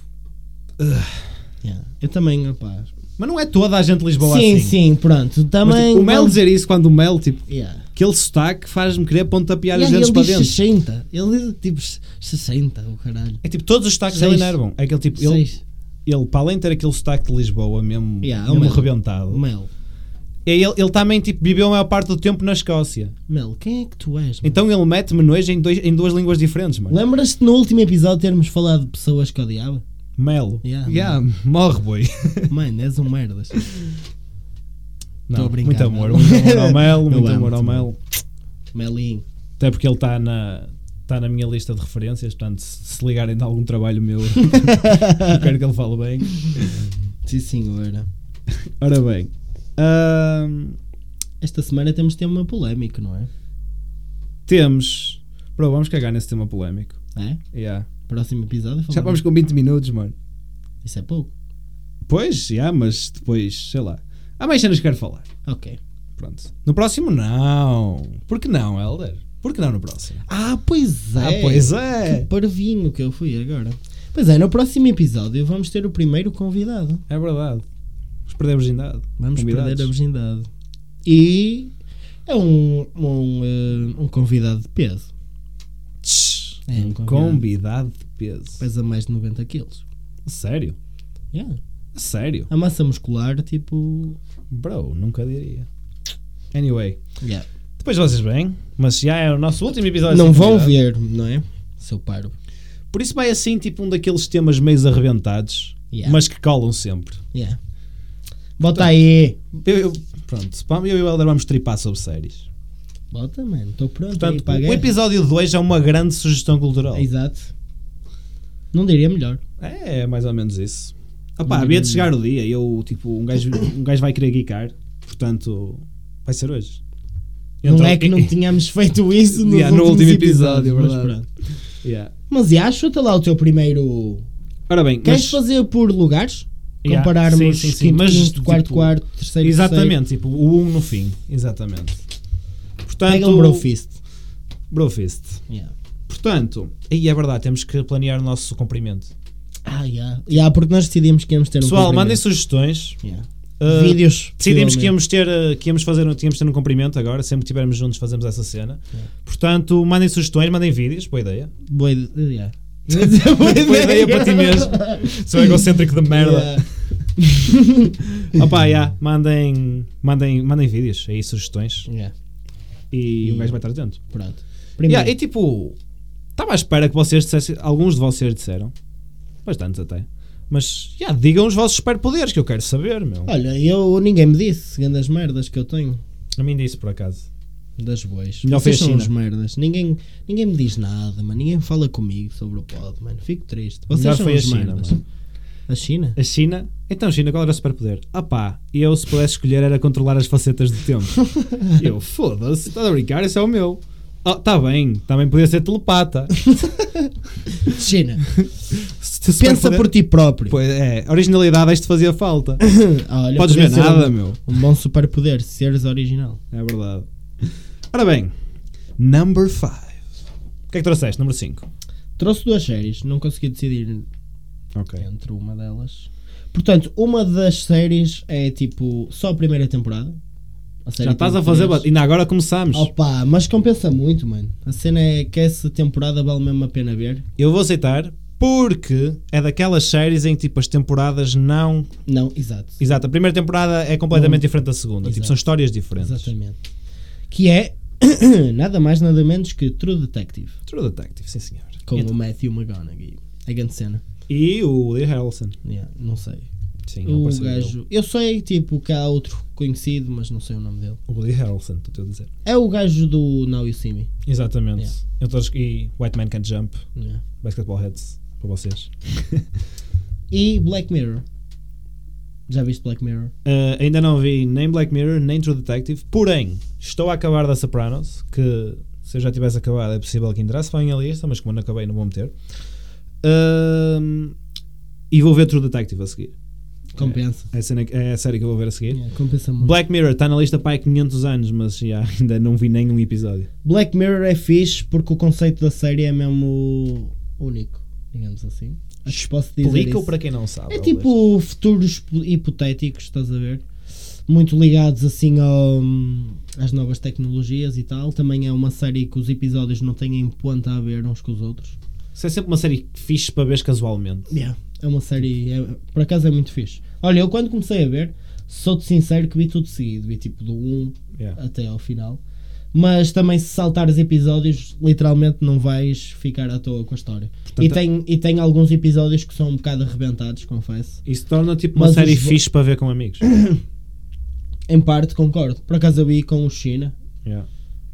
B: Yeah, Eu também, rapaz.
A: mas não é toda a gente de Lisboa
B: sim,
A: assim.
B: sim, pronto.
A: Mas,
B: Também.
A: tipo, o Mel
B: vamos-
A: dizer isso quando o Mel, tipo,
B: Yeah.
A: aquele sotaque faz-me querer pontapear
B: E
A: os
B: aí
A: dedos
B: ele
A: para
B: diz
A: dentro.
B: 60. Ele diz tipo 60, o caralho.
A: É tipo, todos os sotaques
B: Seis.
A: dele enervam. É aquele tipo, ele,
B: Seis.
A: ele, para além de ter aquele sotaque de Lisboa mesmo,
B: Yeah,
A: mesmo
B: o meu.
A: arrebentado,
B: Mel.
A: é ele, ele também tipo, viveu a maior parte do tempo na Escócia.
B: Mel, quem é que tu és? mano?
A: Então ele mete-me nojo em, dois- em duas línguas diferentes, mano.
B: Lembras-te no último episódio termos falado de pessoas que odiava?
A: Melo.
B: Yeah,
A: morre, boi.
B: Mano, és um merdas. Tô
A: Não,
B: a brincar,
A: muito amor,
B: não.
A: muito amor ao Melo,
B: Eu
A: muito amor
B: amo-te,
A: ao
B: mano.
A: Melo.
B: Melinho.
A: Até porque ele está na, está na minha lista de referências, portanto, se se ligarem de algum trabalho meu, eu quero que ele fale bem.
B: Sim, senhora.
A: Ora bem, ahm,
B: Esta semana temos tema polémico, não é?
A: temos. Bro, vamos cagar nesse tema polémico.
B: É?
A: Yeah.
B: Próximo episódio
A: Já
B: falamos.
A: vamos com 20 minutos, mano.
B: Isso é pouco.
A: Pois, já, mas depois, sei lá. Há mais cenas que quero falar.
B: Ok.
A: Pronto. No próximo, não. Por que não, Helder? Por que não no próximo?
B: Ah, pois é.
A: Ah, pois
B: Que
A: é.
B: parvinho que eu fui agora. Pois é, no próximo episódio vamos ter o primeiro convidado.
A: É verdade. Vamos perder a virgindade.
B: Vamos
A: Convidados.
B: perder a virgindade. E é um, um, eh, um convidado de peso.
A: Tch,
B: É,
A: um
B: um convidado.
A: convidado de peso.
B: Pesa mais de 90 quilos.
A: Sério?
B: Yeah.
A: Sério?
B: A massa muscular, tipo...
A: Bro, nunca diria. Anyway,
B: yeah.
A: depois vocês vêm, mas já é o nosso último episódio.
B: Não
A: sem
B: vão
A: convidado.
B: ver, não é? Se eu paro.
A: Por isso vai assim, tipo um daqueles temas meios arrebentados,
B: Yeah.
A: mas Então- que colam sempre.
B: Yeah. Bota aí.
A: Eu, eu- pronto, vamos- eu e o Helder vamos tripar sobre séries.
B: Bota, mano. Estou pronto aí
A: Portanto,
B: para a
A: o
B: guerra.
A: episódio 2 é uma grande sugestão cultural.
B: Exato. Não diria melhor.
A: É, é mais ou menos isso. Uhum. Opá,
B: Hum.
A: havia de chegar o dia e eu, tipo, um gajo, um gajo vai querer geekar, portanto, vai ser hoje.
B: não
A: Então-
B: é que não tínhamos feito isso nos
A: Yeah, no
B: últimos
A: último episódio,
B: episódios, mas
A: verdade.
B: pronto.
A: Yeah.
B: Mas e acho até lá o teu primeiro.
A: Ora bem,
B: Queres
A: mas-
B: fazer por lugares?
A: Yeah,
B: Compararmos
A: sim, sim, sim,
B: quinto,
A: mas,
B: quinto, quarto,
A: tipo,
B: quarto, terceiro,
A: Exatamente, tipo, o 1 um no fim. Exatamente. Portanto,
B: terceiro. Pega um bro fist.
A: Brofist.
B: Yeah.
A: Portanto, aí é verdade, temos que planear o nosso comprimento.
B: Ah, yeah. Yeah, porque nós decidimos que íamos ter
A: Pessoal,
B: um comprimento.
A: mandem sugestões.
B: Yeah.
A: Uh,
B: Vídeos.
A: Decidimos que
B: possivelmente.
A: íamos ter, uh, que íamos fazer, um- tínhamos de ter um comprimento agora, sempre que estivermos juntos fazemos essa cena.
B: É.
A: Portanto, mandem sugestões, mandem vídeos, boa ideia.
B: Boa ide- yeah. Boa
A: Boa ideia para ti mesmo. Sou egocêntrico de merda.
B: Yeah.
A: Opa, yeah, mandem, mandem, mandem vídeos aí, sugestões.
B: Yeah,
A: E o
B: E-
A: gajo vai estar atento.
B: Pronto. Primeiro.
A: Yeah, e tipo, estava à espera que vocês dissessem, alguns de vocês disseram, bastantes até, mas yeah, digam os vossos superpoderes que eu quero saber, meu.
B: Olha, eu ninguém me disse, grandes merdas que eu tenho
A: A mim disse por acaso.
B: das bois.
A: Melhor
B: Vocês
A: foi a
B: são
A: China.
B: uns merdas. Ninguém, ninguém me diz nada, mano. Ninguém fala comigo sobre o pod, mano. Fico triste. Vocês
A: Melhor
B: são
A: foi a
B: uns
A: China,
B: merdas.
A: mano.
B: A China?
A: A China? Então, China, qual era o superpoder? Ah pá, eu se pudesse escolher era controlar as facetas do tempo. eu, foda-se, estás a brincar, esse é o meu. Ah, tá bem, também podia ser telepata.
B: China.
A: Se- se
B: Pensa
A: superpoder-
B: por ti próprio.
A: Pois é, originalidade isto fazia falta.
B: Ah, olha,
A: Podes
B: podia
A: ver
B: ser
A: nada,
B: um,
A: meu.
B: um bom superpoder, seres original.
A: É verdade. Ora bem, number 5. O que é que trouxeste? Número 5.
B: Trouxe duas séries, não consegui decidir
A: Ok.
B: entre uma delas. Portanto, uma das séries é tipo só a primeira temporada. A série
A: Já estás
B: tem
A: a fazer.
B: três.
A: ba- Ainda agora começamos.
B: Opa, mas compensa muito, mano. A cena é que essa temporada vale mesmo a pena ver.
A: Eu vou aceitar porque é daquelas séries em que tipo as temporadas não.
B: Não, exato.
A: Exato, a primeira temporada é completamente diferente da segunda. Tipo,
B: Hum. Exato.
A: são histórias diferentes.
B: Exatamente. Que é nada mais nada menos que True Detective.
A: True Detective, sim senhor.
B: Com
A: Então,
B: o Matthew McConaughey. A grande cena.
A: E o Lee Harrelson.
B: Yeah, não sei.
A: Sim, é
B: O
A: parceiro dele.
B: gajo. Eu sei, tipo, que há outro conhecido, mas não sei o nome dele.
A: O Lee Harrelson, estou a dizer.
B: É o gajo do Now You See Me.
A: Exatamente.
B: Yeah.
A: Eu tô a- E White Man Can Jump,
B: Yeah.
A: Basketball Heads, para vocês.
B: E Black Mirror. Já viste Black Mirror?
A: Uh, ainda não vi nem Black Mirror, nem True Detective, porém, estou a acabar da Sopranos, que se eu já tivesse acabado é possível que entrasse bem a lista, mas como eu não acabei não vou meter. Um, e vou ver True Detective a seguir.
B: Compensa.
A: É a, cena que- é a série que eu vou ver a seguir.
B: Yeah, compensa muito.
A: Black Mirror está na lista para aí 500 anos, mas já, ainda não vi nenhum episódio.
B: Black Mirror é fixe porque o conceito da série é mesmo único, digamos assim. Acho que posso dizer
A: Explica
B: isso.
A: para quem não sabe.
B: É
A: Alves.
B: tipo futuros hipo- hipotéticos, estás a ver? muito ligados assim ao, às novas tecnologias e tal. Também é uma série que os episódios não têm em ponta a ver uns com os outros.
A: Isso é sempre uma série fixe para ver casualmente.
B: Yeah, É uma série, é- por acaso é muito fixe. Olha, eu quando comecei a ver, sou-te sincero que vi tudo seguido, vi tipo do 1
A: Yeah.
B: até ao final. Mas também se saltares episódios, literalmente não vais ficar à toa com a história. e,
A: Portanto,
B: tem, e tem alguns episódios que são um bocado arrebentados, confesso.
A: Isso torna tipo uma
B: Mas
A: série
B: os vo-
A: fixe para ver com amigos.
B: Em parte concordo. Por acaso eu vi com o China
A: Yeah.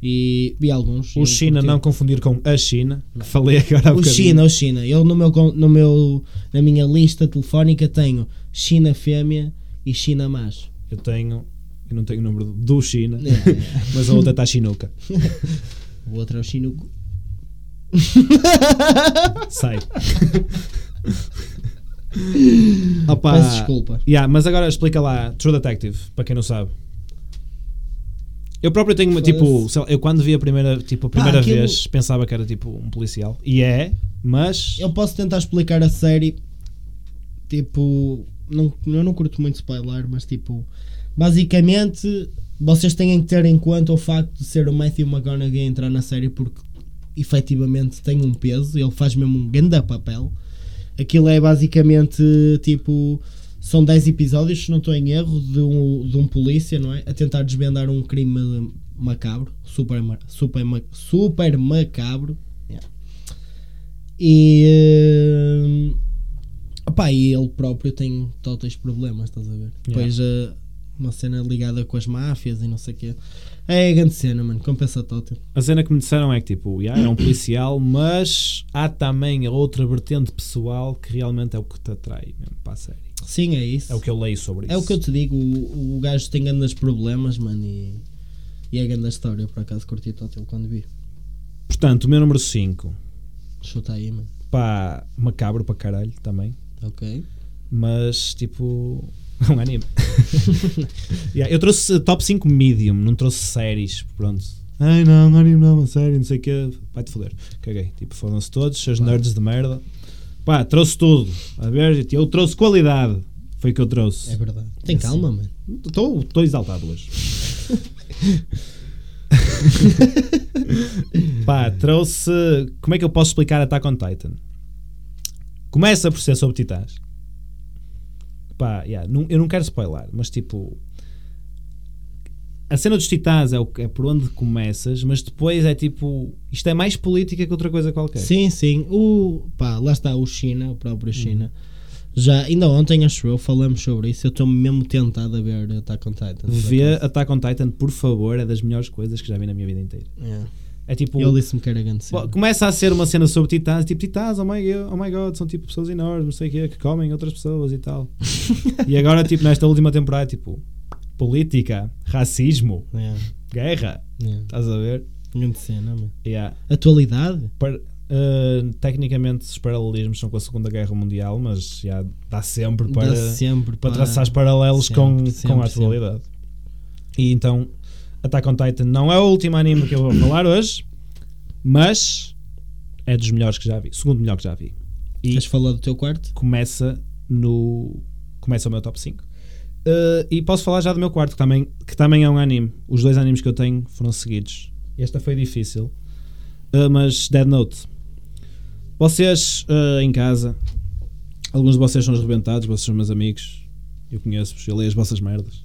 B: e vi alguns.
A: O
B: Eu
A: China,
B: curti.
A: não confundir com a China, que falei agora há
B: O
A: bocadinho.
B: China, o China. Eu no meu, con- no meu, na minha lista telefónica tenho China fêmea e China macho.
A: Eu tenho, eu não tenho o número do China,
B: É, é.
A: mas a outra tá está chinuca.
B: O outro é o Chino.
A: Sai. Opa.
B: Peço desculpa.
A: Yeah, mas agora explica lá True Detective, para quem não sabe. Eu próprio tenho uma, tipo,
B: Foda-se.
A: sei lá, eu quando vi a primeira, tipo, a
B: Pá,
A: primeira
B: aquilo-
A: vez pensava que era tipo um policial. E é, mas
B: Eu posso tentar explicar a série. Tipo, não, eu não curto muito spoiler, mas tipo, basicamente vocês têm que ter em conta o facto de ser o Matthew McConaughey a entrar na série porque efetivamente tem um peso, ele faz mesmo um grande papel. Aquilo é basicamente tipo. São 10 episódios, se não estou em erro, de um, de um polícia, não é? A tentar desvendar um crime macabro, super, ma- super, ma- super macabro. Yeah. E. eh, Opá, e ele próprio tem totais problemas, estás a ver? Depois eh, uma cena ligada com as máfias e não sei o quê. É a grande cena, mano, compensa total.
A: a cena que me disseram é que tipo, yeah, era um policial, mas há também a outra vertente pessoal que realmente é o que te atrai mesmo para a série.
B: Sim, é isso.
A: É o que eu leio sobre isso.
B: É o que eu te digo, o, o gajo tem grandes problemas, mano, e, e é grande a história, por acaso curti Tótil quando vi.
A: Portanto, o meu número 5,
B: Chuta aí, mano.
A: pá, macabro para caralho também,
B: Ok.
A: mas tipo, é um anime. Yeah, eu trouxe eh, top 5 medium, não trouxe séries, pronto. Ai não, anime não, uma série, não sei o quê, vai-te foder. Caguei, tipo, foram-se todos, seus nerds de merda. Pá, trouxe tudo, a ver, gente, eu trouxe qualidade, foi o que eu trouxe.
B: É verdade. Tem calma, mano.
A: Estou exaltado hoje. Pá, trouxe. Como é que eu posso explicar Attack on Titan? Começa por ser sobre titãs. Pá, yeah, não- eu não quero spoiler, mas tipo. A cena dos titãs é, o, é por onde começas, mas depois é tipo. Isto é mais política que outra coisa qualquer.
B: Sim, sim. O, pá, lá está o China, o próprio China. Já, ainda ontem, acho eu, falamos sobre isso. Eu estou mesmo tentado a ver Attack on Titan. por
A: Ver
B: acaso.
A: Attack on Titan, por favor, é das melhores coisas que já vi na minha vida inteira.
B: É.
A: É tipo.
B: Ele disse-me que era grande
A: Bom,
B: cena.
A: Começa a ser uma cena sobre titãs, tipo titãs, oh my god, oh my god são tipo pessoas enormes, não sei o quê, que comem outras pessoas e tal. e agora, tipo, nesta última temporada, tipo, política, racismo,
B: É,
A: guerra,
B: é.
A: estás a ver?
B: Grande cena, mano.
A: Yeah.
B: Atualidade?
A: Par- eh, tecnicamente, os paralelismos são com a Segunda Guerra Mundial, mas já dá sempre para,
B: Dá sempre
A: para
B: pá.
A: traçar paralelos
B: sempre,
A: com, com
B: sempre,
A: a atualidade. E então, Attack on Titan não é o último anime que eu vou falar hoje, mas é dos melhores que já vi, segundo melhor que já vi. E
B: Queres falar do teu quarto?
A: começa no. Começa o meu top 5. Uh, e posso falar já do meu quarto, que também, que também é um anime. Os dois animes que eu tenho foram seguidos. Esta foi difícil. Uh, mas Dead Note. Vocês uh, em casa, alguns de vocês são os rebentados, vocês são meus amigos. Eu conheço-vos, eu leio as vossas merdas.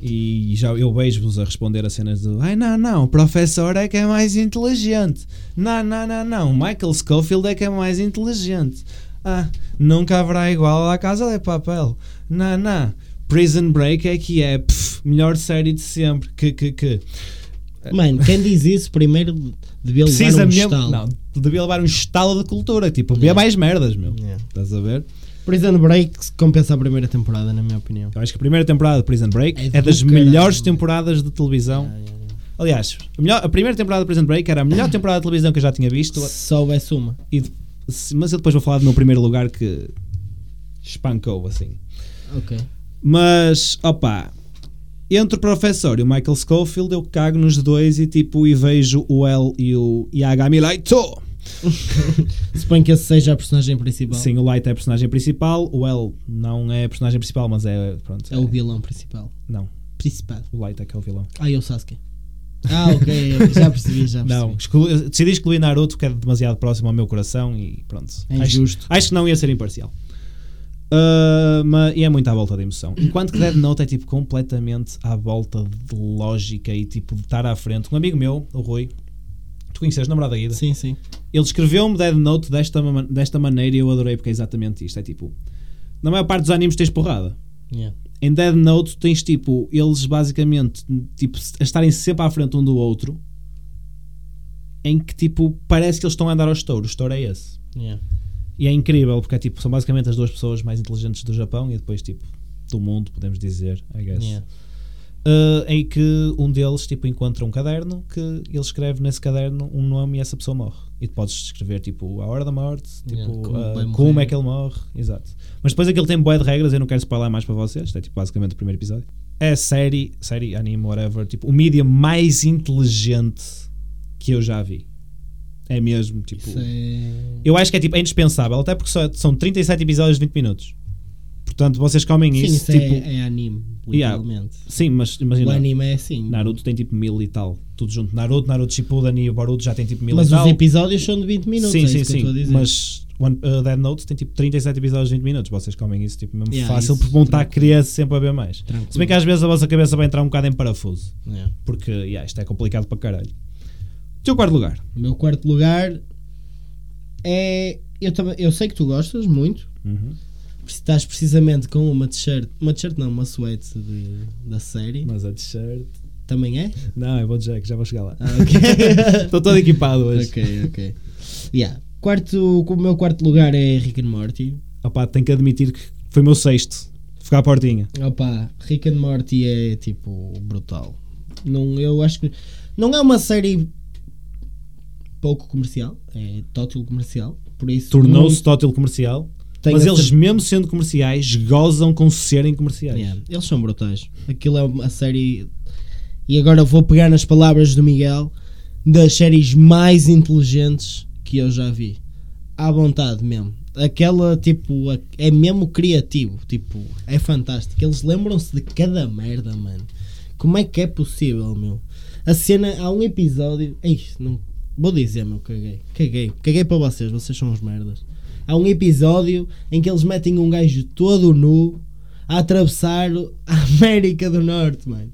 A: E já eu vejo-vos a responder a cenas do Ai não, não, o professor é que é mais inteligente. Não, não, não, não, Michael Schofield é que é mais inteligente. Ah, nunca haverá igual à Casa de Papel. Não, não, Prison Break é que é pff, melhor série de sempre. Que, que, que.
B: Mano, quem diz isso primeiro devia levar
A: Precisa
B: um
A: mesmo.
B: estalo.
A: Não, devia levar um estalo de cultura. Tipo,
B: É.
A: havia mais merdas, meu.
B: É.
A: Estás a ver?
B: Prison Break se compensa a primeira temporada, na minha opinião.
A: Eu acho que a primeira temporada de Prison Break
B: É
A: é,
B: do
A: das
B: caralho,
A: melhores
B: mano.
A: temporadas de televisão.
B: Ah, é, é.
A: Aliás, a, melhor- a primeira temporada de Prison Break era a melhor temporada de televisão que eu já tinha visto.
B: Se soubesse uma.
A: E de- se- mas eu depois vou falar do meu primeiro lugar que espancou assim.
B: Ok.
A: Mas, opa, entre o professor e o Michael Schofield, eu cago nos dois e tipo, e vejo o L e o Yagami Laito
B: Suponho que esse seja a personagem principal.
A: Sim, o Light é a personagem principal, o L não é a personagem principal, mas é. Pronto,
B: É o vilão principal.
A: Não,
B: Principal.
A: o Light é que é o vilão.
B: Ah, e o Sasuke. Ah, ok. já percebi, já percebi.
A: Não, exclu- decidi excluir Naruto, que é demasiado próximo ao meu coração e pronto.
B: É
A: Acho-
B: injusto.
A: Acho que não ia ser imparcial. Ah, ma- e é muito à volta da emoção. Enquanto que Dead Note é tipo completamente à volta de lógica e tipo de estar à frente. Um amigo meu, o Rui, tu conheces namorado da Guida?
B: Sim, sim.
A: Ele escreveu-me Dead Note desta, ma- desta maneira e eu adorei porque é exatamente isto. É tipo, na maior parte dos animes tens porrada.
B: Yeah.
A: Em Dead Note tens tipo, eles basicamente tipo, a estarem sempre à frente um do outro em que tipo, parece que eles estão a andar aos touros. O touro é esse.
B: Yeah.
A: E é incrível, porque é, tipo, são basicamente as duas pessoas mais inteligentes do Japão e depois, tipo, do mundo, podemos dizer, I guess.
B: Yeah.
A: Uh, em que um deles, tipo, encontra um caderno que ele escreve nesse caderno um nome e essa pessoa morre. E tu podes escrever, tipo, a hora da morte, tipo,
B: Yeah, como
A: uh,
B: vai
A: como,
B: morrer.
A: é que ele morre, exato. Mas depois aquele tem boé de regras, eu não quero spoiler mais para vocês, isto é, tipo, basicamente o primeiro episódio. É a série, série, anime, whatever, tipo, o mídia mais inteligente que eu já vi. É mesmo, tipo...
B: Isso é...
A: Eu acho que é tipo é indispensável, até porque só, são 37 episódios de 20 minutos. Portanto, vocês comem
B: Sim,
A: isso,
B: isso
A: tipo.
B: é, é anime,
A: Yeah.
B: literalmente.
A: Sim, mas
B: O
A: imagina.
B: anime é assim.
A: Naruto tem tipo mil e tal. Tudo junto. Naruto, Naruto Shippuden e o Boruto já tem tipo mil
B: Mas
A: e tal.
B: os episódios são de 20 minutos,
A: sim,
B: é
A: sim,
B: isso
A: sim.
B: que eu estou a dizer.
A: Mas One, uh, Dead Note tem tipo 37 episódios de 20 minutos. Vocês comem isso tipo mesmo
B: Yeah,
A: fácil
B: isso,
A: porque vão estar
B: tranquilo.
A: criança sempre a ver mais.
B: Tranquilo.
A: Se bem que às vezes a vossa cabeça vai entrar um bocado em parafuso.
B: Yeah.
A: Porque yeah, isto é complicado para caralho. Teu quarto lugar.
B: O meu quarto lugar é... Eu, também, eu sei que tu gostas muito.
A: Uhum.
B: Estás precisamente com uma t-shirt... Uma t-shirt não, uma suéte de- da série.
A: Mas a t-shirt.
B: Também é?
A: Não, eu vou dizer que já vou chegar lá.
B: Ah, ok.
A: Estou todo equipado hoje.
B: ok, ok. Yeah. Quarto, o meu quarto lugar é Rick and Morty.
A: Opá, tenho que admitir que foi o meu sexto. Ficar à portinha.
B: Opa, Rick and Morty é tipo brutal. Não, eu acho que não é uma série pouco comercial, é tótil comercial, por isso
A: Tornou-se
B: muito
A: tótil comercial.
B: tenho
A: mas
B: a
A: eles,
B: cer-
A: mesmo sendo comerciais, gozam com serem comerciais.
B: Yeah, eles são brutais. Aquilo é uma série e agora vou pegar nas palavras do Miguel das séries mais inteligentes que eu já vi. À vontade mesmo. Aquela tipo a- é mesmo criativo, tipo, é fantástico. Eles lembram-se de cada merda, mano. Como é que é possível, meu? A cena, há um episódio. Ei, não vou dizer, meu, caguei. Caguei. Caguei para vocês, vocês são uns merdas. Há um episódio em que eles metem um gajo todo nu a atravessar a América do Norte, mano.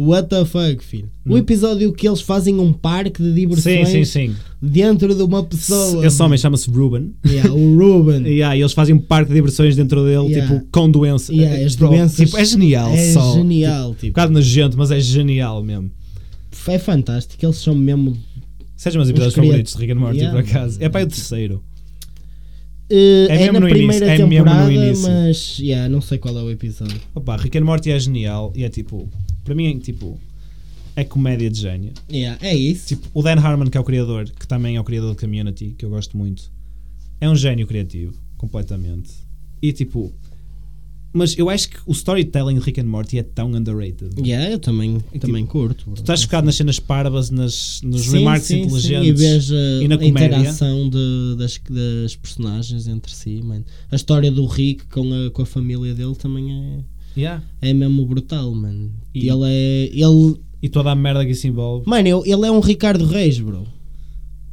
B: What the fuck, filho? O episódio que eles fazem um parque de
A: Sim,
B: diversões
A: Hum. sim, sim.
B: dentro de uma pessoa.
A: Esse
B: mano.
A: homem chama-se Ruben.
B: Yeah, o Ruben.
A: Yeah, e eles fazem um parque de diversões dentro dele,
B: Yeah.
A: tipo, com doença.
B: Yeah, as
A: Pronto,
B: doenças-
A: tipo, é genial
B: é
A: só. Tipo,
B: genial,
A: um
B: tipo.
A: bocado nojento, mas é genial mesmo.
B: É fantástico, eles são mesmo.
A: Sejam meus
B: Os
A: episódios
B: criados.
A: favoritos de Rick and Morty,
B: Yeah.
A: por acaso. É para o terceiro.
B: Eh,
A: É
B: é
A: mesmo
B: na
A: no
B: primeira
A: início, é mesmo no
B: temporada,
A: início.
B: mas yeah, não sei qual é o episódio.
A: Opa, Rick and Morty é genial e é tipo, para mim, é, tipo, é comédia de gênio.
B: Yeah, é isso.
A: Tipo, o Dan Harmon, que é o criador, que também é o criador do Community, que eu gosto muito, é um gênio criativo, completamente. E tipo, mas eu acho que o storytelling de Rick and Morty é tão underrated.
B: Yeah, eu também, também curto. bro.
A: Tu estás focado nas cenas parvas, nas, nos
B: Sim,
A: remarks
B: sim, sim, E
A: inteligentes.
B: vês a,
A: e na
B: a
A: comédia.
B: interação de- das, das personagens entre si, mano. A história do Rick com a, com a família dele também
A: Yeah.
B: é, é mesmo brutal, mano.
A: E-
B: Ele é. Ele,
A: E toda a merda que isso envolve.
B: mano, eu- ele é um Ricardo Reis, bro.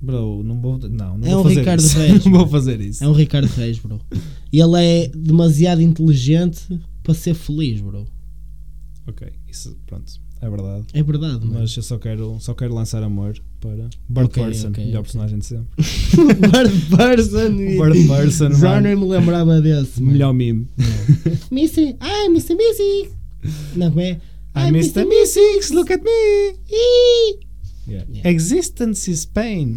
A: Bro, não vou. Não, não
B: É
A: vou
B: um
A: fazer
B: Ricardo
A: isso.
B: Reis.
A: não vou fazer isso.
B: É um Ricardo Reis, bro. E ele é demasiado inteligente para ser feliz, bro.
A: Ok, isso, pronto, é verdade.
B: É verdade, mano.
A: Mas eu só quero, só quero lançar amor para Bart
B: Ok,
A: Person,
B: ok,
A: melhor
B: ok.
A: personagem de sempre.
B: Bird Person. e-
A: Bird Person,
B: Já
A: mano.
B: nem me lembrava desse. mano.
A: melhor meme.
B: Missy. Ai, Missy, Missy. Não, como é?
A: I miss the mystics, look at me!
B: Ih. Yeah.
A: Existence is pain.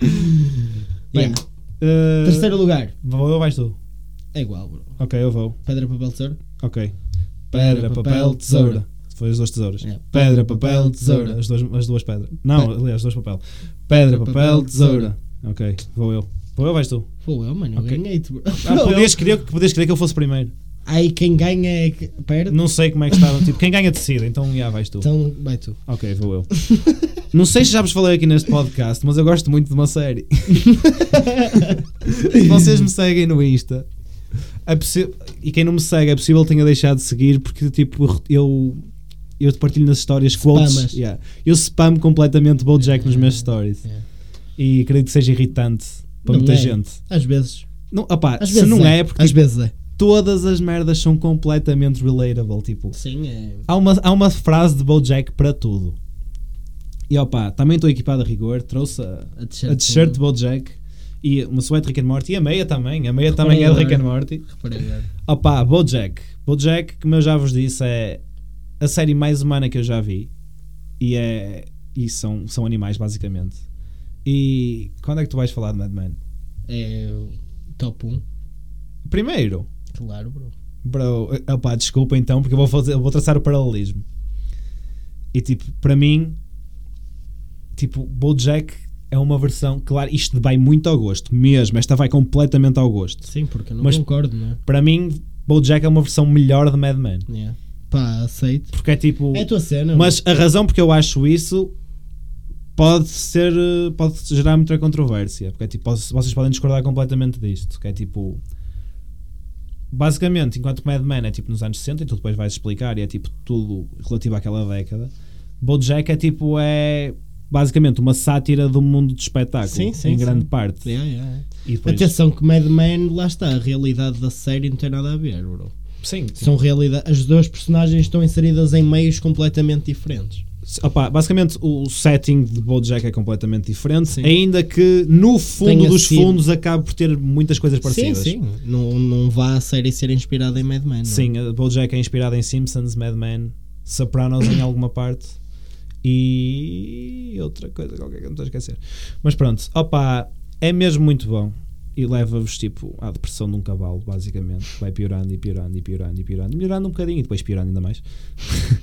B: Bem,
A: Bem, uh,
B: terceiro lugar.
A: Vou eu ou vais tu?
B: É igual, bro.
A: Ok, eu vou.
B: Pedra, papel, tesoura.
A: Ok. Pedra, papel, tesoura. Foi as duas tesouras.
B: É.
A: Pedra, papel, tesoura. As duas, as duas pedras. Não,
B: Pe-
A: aliás, as duas papel. Pedra,
B: Papel,
A: papel, tesoura. Ok, vou eu. Vou eu ou vais tu? Ah,
B: Vou eu, é, mano. Eu
A: Ok.
B: ganhei-te, bro.
A: Ah, podias, querer, podias querer que eu fosse primeiro.
B: Aí quem ganha é que. Perde?
A: Não sei como é que estava. Tipo, quem ganha decide, então já vais tu.
B: Então vai tu.
A: Ok, vou eu. Não sei se já vos falei aqui neste podcast, mas eu gosto muito de uma série. Se Vocês me seguem no Insta. É possi- e quem não me segue, é possível que tenha deixado de seguir, porque tipo, eu. Eu partilho nas histórias quotes.
B: Spamas.
A: Yeah. Eu spam completamente Bojack nos meus stories.
B: Yeah.
A: E acredito que seja irritante para
B: Não
A: muita
B: é.
A: gente.
B: Às vezes.
A: Não, opá,
B: Às
A: se
B: vezes
A: não é, porque
B: Às vezes é.
A: todas as merdas são completamente relatable. Tipo,
B: Sim, é.
A: há uma, há uma frase de Bojack para tudo. E opá, também estou equipado a rigor, trouxe a,
B: A
A: a t-shirt de Bojack e uma suéte Rick and Morty e a meia também, a meia também é de Rick and Morty.
B: Reparei agora.
A: Opá, Bojack. Bojack, como eu já vos disse, é a série mais humana que eu já vi e é e são, são animais basicamente. E quando é que tu vais falar de Mad Men?
B: É o top 1.
A: Primeiro,
B: Claro, bro.
A: Bro, opá, desculpa então, porque eu vou, fazer, eu vou traçar o paralelismo. E tipo, para mim, tipo, Bojack é uma versão, claro, isto vai muito ao gosto, mesmo. Esta vai completamente ao gosto.
B: Sim, porque eu não
A: Mas-
B: concordo, não é?
A: Para mim, Bojack é uma versão melhor de Mad Men.
B: Yeah. Pá, aceito.
A: Porque é tipo.
B: É a tua cena.
A: mas a razão porque eu acho isso pode ser. eh, pode gerar muita controvérsia. Porque é tipo, vocês vocês podem discordar completamente disto. Que é tipo. Basicamente, enquanto Mad Men é tipo nos anos 60 e tu depois vais explicar e é tipo tudo relativo àquela década, Bojack é tipo. é basicamente uma sátira do mundo do espetáculo.
B: Sim, sim,
A: em grande
B: sim.
A: parte.
B: Yeah, yeah, yeah.
A: E depois-
B: Atenção que Mad Men, lá está, a realidade da série não tem nada a ver, bro.
A: sim, sim.
B: São realidade, as duas personagens estão inseridas em meios completamente diferentes.
A: Opá, basicamente o setting de Bojack é completamente diferente,
B: Sim.
A: ainda que no fundo
B: Tenha
A: dos
B: sido.
A: fundos acabe por ter muitas coisas parecidas.
B: Sim, sim. Não, não vá a série ser inspirada em Mad Men. não é?
A: Sim, a Bojack é inspirada em Simpsons, Mad Men, Sopranos em alguma parte e outra coisa qualquer que eu não estou a esquecer. Mas pronto, opá, é mesmo muito bom e leva-vos tipo à depressão de um cavalo, basicamente. Vai piorando e piorando e piorando e piorando, melhorando um bocadinho e depois piorando ainda mais.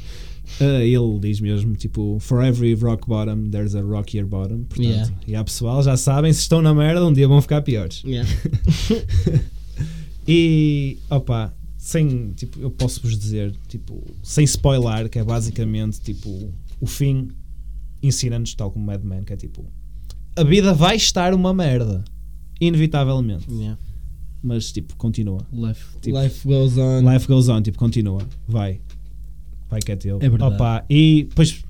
A: Ah, ele diz mesmo, tipo, for every rock bottom, there's a rockier bottom. Portanto,
B: Yeah.
A: E há pessoal, já sabem, se estão na merda, um dia vão ficar piores.
B: Yeah.
A: E opa, sem tipo, eu posso vos dizer, tipo, sem spoiler, que é basicamente tipo o fim ensina-nos tal como Mad Men, que é tipo a vida vai estar uma merda, inevitavelmente,
B: Yeah.
A: mas tipo, continua.
B: Life,
A: Tipo,
B: life goes on.
A: Life goes on, tipo, continua, vai. Vai que é teu.
B: É verdade.
A: Opa, e depois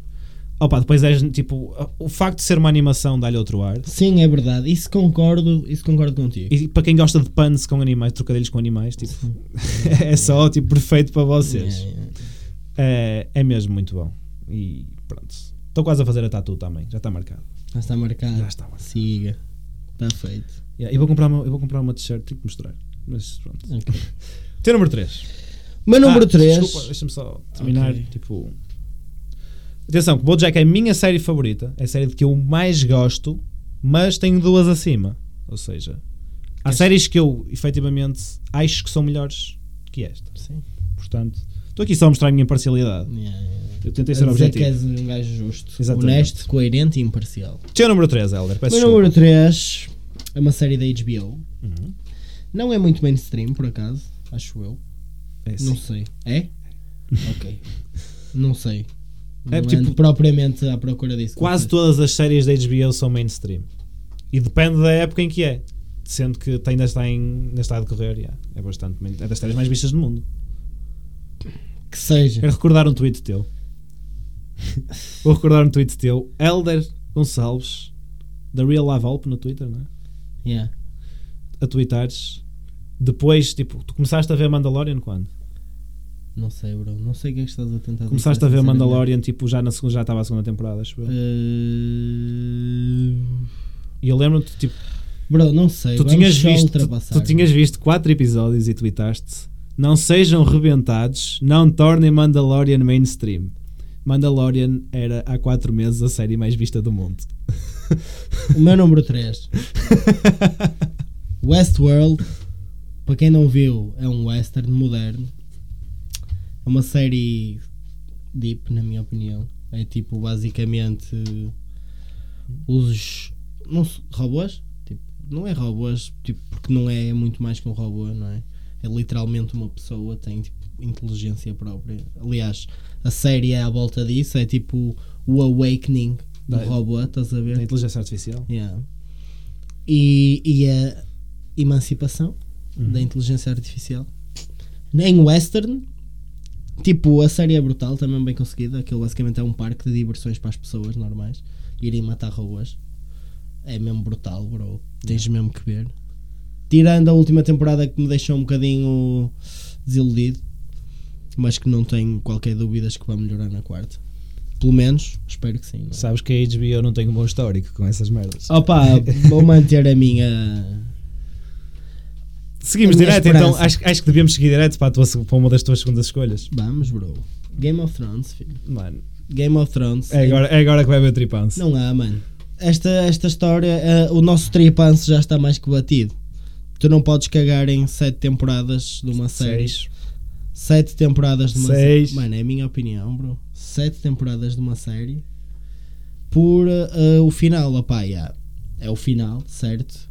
A: Opa, depois é tipo, o facto de ser uma animação dá-lhe outro ar.
B: Sim, é verdade. Isso concordo, isso concordo contigo.
A: E para quem gosta de puns com animais, trocadilhos com animais, tipo, é só tipo perfeito para vocês.
B: Yeah, yeah.
A: É, é mesmo muito bom. E pronto. Estou quase a fazer a tatu também. Já está marcado.
B: Já está marcado.
A: Já está marcado.
B: Siga. Está feito.
A: Yeah, eu, vou comprar uma, eu vou comprar uma t-shirt, tenho que mostrar. Mas pronto.
B: Ok.
A: Teu número 3.
B: Meu número 3.
A: Ah, Desculpa, deixa-me só terminar.
B: Ok.
A: Tipo. Atenção, que Bojack é a minha série favorita. É a série de que eu mais gosto, mas tenho duas acima. Ou seja, há
B: Esta-
A: séries que eu efetivamente acho que são melhores que esta.
B: Sim.
A: Portanto, estou aqui só a mostrar a minha imparcialidade.
B: Yeah, yeah.
A: Eu tentei
B: A
A: ser
B: dizer que
A: objetivo.
B: és um gajo justo,
A: Exatamente.
B: honesto, coerente e imparcial.
A: Teu número 3, Helder. Peço
B: é Meu
A: desculpa.
B: número 3 é uma série da HBO.
A: Uhum.
B: Não é muito mainstream, por acaso. Acho eu.
A: É
B: Não
A: assim.
B: sei. É? ok. Não sei.
A: É,
B: não
A: tipo,
B: ando propriamente à procura disso.
A: Quase todas as séries da HBO são mainstream. E depende da época em que é. Sendo que ainda está, em, ainda está a decorrer. yeah. É bastante. main- É das séries mais vistas do mundo.
B: Que seja.
A: Quero recordar um tweet teu. Vou recordar um tweet teu. Elder Gonçalves, da Real Lavalp no Twitter, não é?
B: Yeah.
A: A tweetares. Depois, tipo, tu começaste a ver Mandalorian quando?
B: Não sei, bro. Não sei o que é que estás a tentar
A: Começaste
B: dizer,
A: a ver
B: sinceramente.
A: Mandalorian, tipo, já na segunda, já estava a segunda temporada, acho eu.
B: Uh,
A: E eu lembro-te, tipo,
B: Bro, não sei.
A: tu
B: Vamos
A: tinhas,
B: só
A: visto,
B: ultrapassar. né?
A: tu tinhas visto quatro episódios e tweetaste não sejam rebentados, não tornem Mandalorian mainstream. Mandalorian era há quatro meses a série mais vista do mundo.
B: O meu número 3. Westworld. Para quem não viu, é um western moderno. É uma série deep, na minha opinião. É tipo, basicamente, os não, se- robôs. Tipo, não é robôs, tipo, porque não é muito mais que um robô, não é? é literalmente uma pessoa, tem tipo, inteligência própria. Aliás, a série é à volta disso, é tipo o awakening do
A: Da-
B: robô, estás a
A: Da
B: ver?
A: inteligência artificial.
B: Yeah. E, e a emancipação
A: Uhum.
B: da inteligência artificial. Em western, tipo, a série é brutal, também bem conseguida. Aquilo basicamente é um parque de diversões para as pessoas normais irem matar robôs. É mesmo brutal, bro. Tens mesmo que ver. Tirando a última temporada que me deixou um bocadinho desiludido, mas que não tenho qualquer dúvidas que vai melhorar na quarta. Pelo menos, espero que sim. não é?
A: Sabes que a HBO não tem um bom histórico com essas merdas.
B: Opa, vou manter a minha.
A: Seguimos
B: Minha
A: direto,
B: esperança.
A: então acho, acho que devíamos seguir direto para, a tua, se- para uma das tuas segundas escolhas.
B: Vamos, bro. Game of Thrones, filho.
A: Mano,
B: Game of Thrones.
A: é agora, é agora que vai ver o tripance.
B: Não há, mano. Esta, esta história, eh, o nosso tripance já está mais que batido. Tu não podes cagar em sete temporadas de uma série. Sete temporadas de uma
A: Seis.
B: série. Mano, é a minha opinião, bro. Sete temporadas de uma série por eh, o final, opá, yeah. é o final, certo?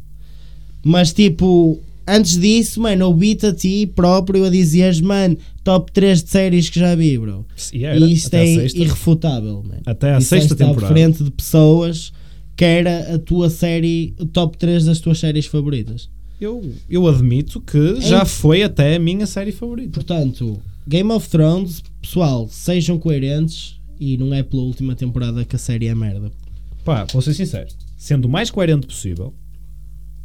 B: Mas tipo, antes disso, mano, ouvi-te a ti próprio a dizeres, mano, top 3 de séries que já vi, bro.
A: E era,
B: E isto
A: até à
B: é
A: sexta.
B: irrefutável, mano.
A: Até à
B: Disseste
A: sexta
B: à
A: temporada.
B: frente de pessoas que era a tua série, o top 3 das tuas séries favoritas.
A: Eu, eu admito que
B: É
A: já foi até a minha série favorita.
B: Portanto, Game of Thrones, pessoal, sejam coerentes e não é pela última temporada que a série é merda.
A: Pá, vou ser sincero. Sendo o mais coerente possível,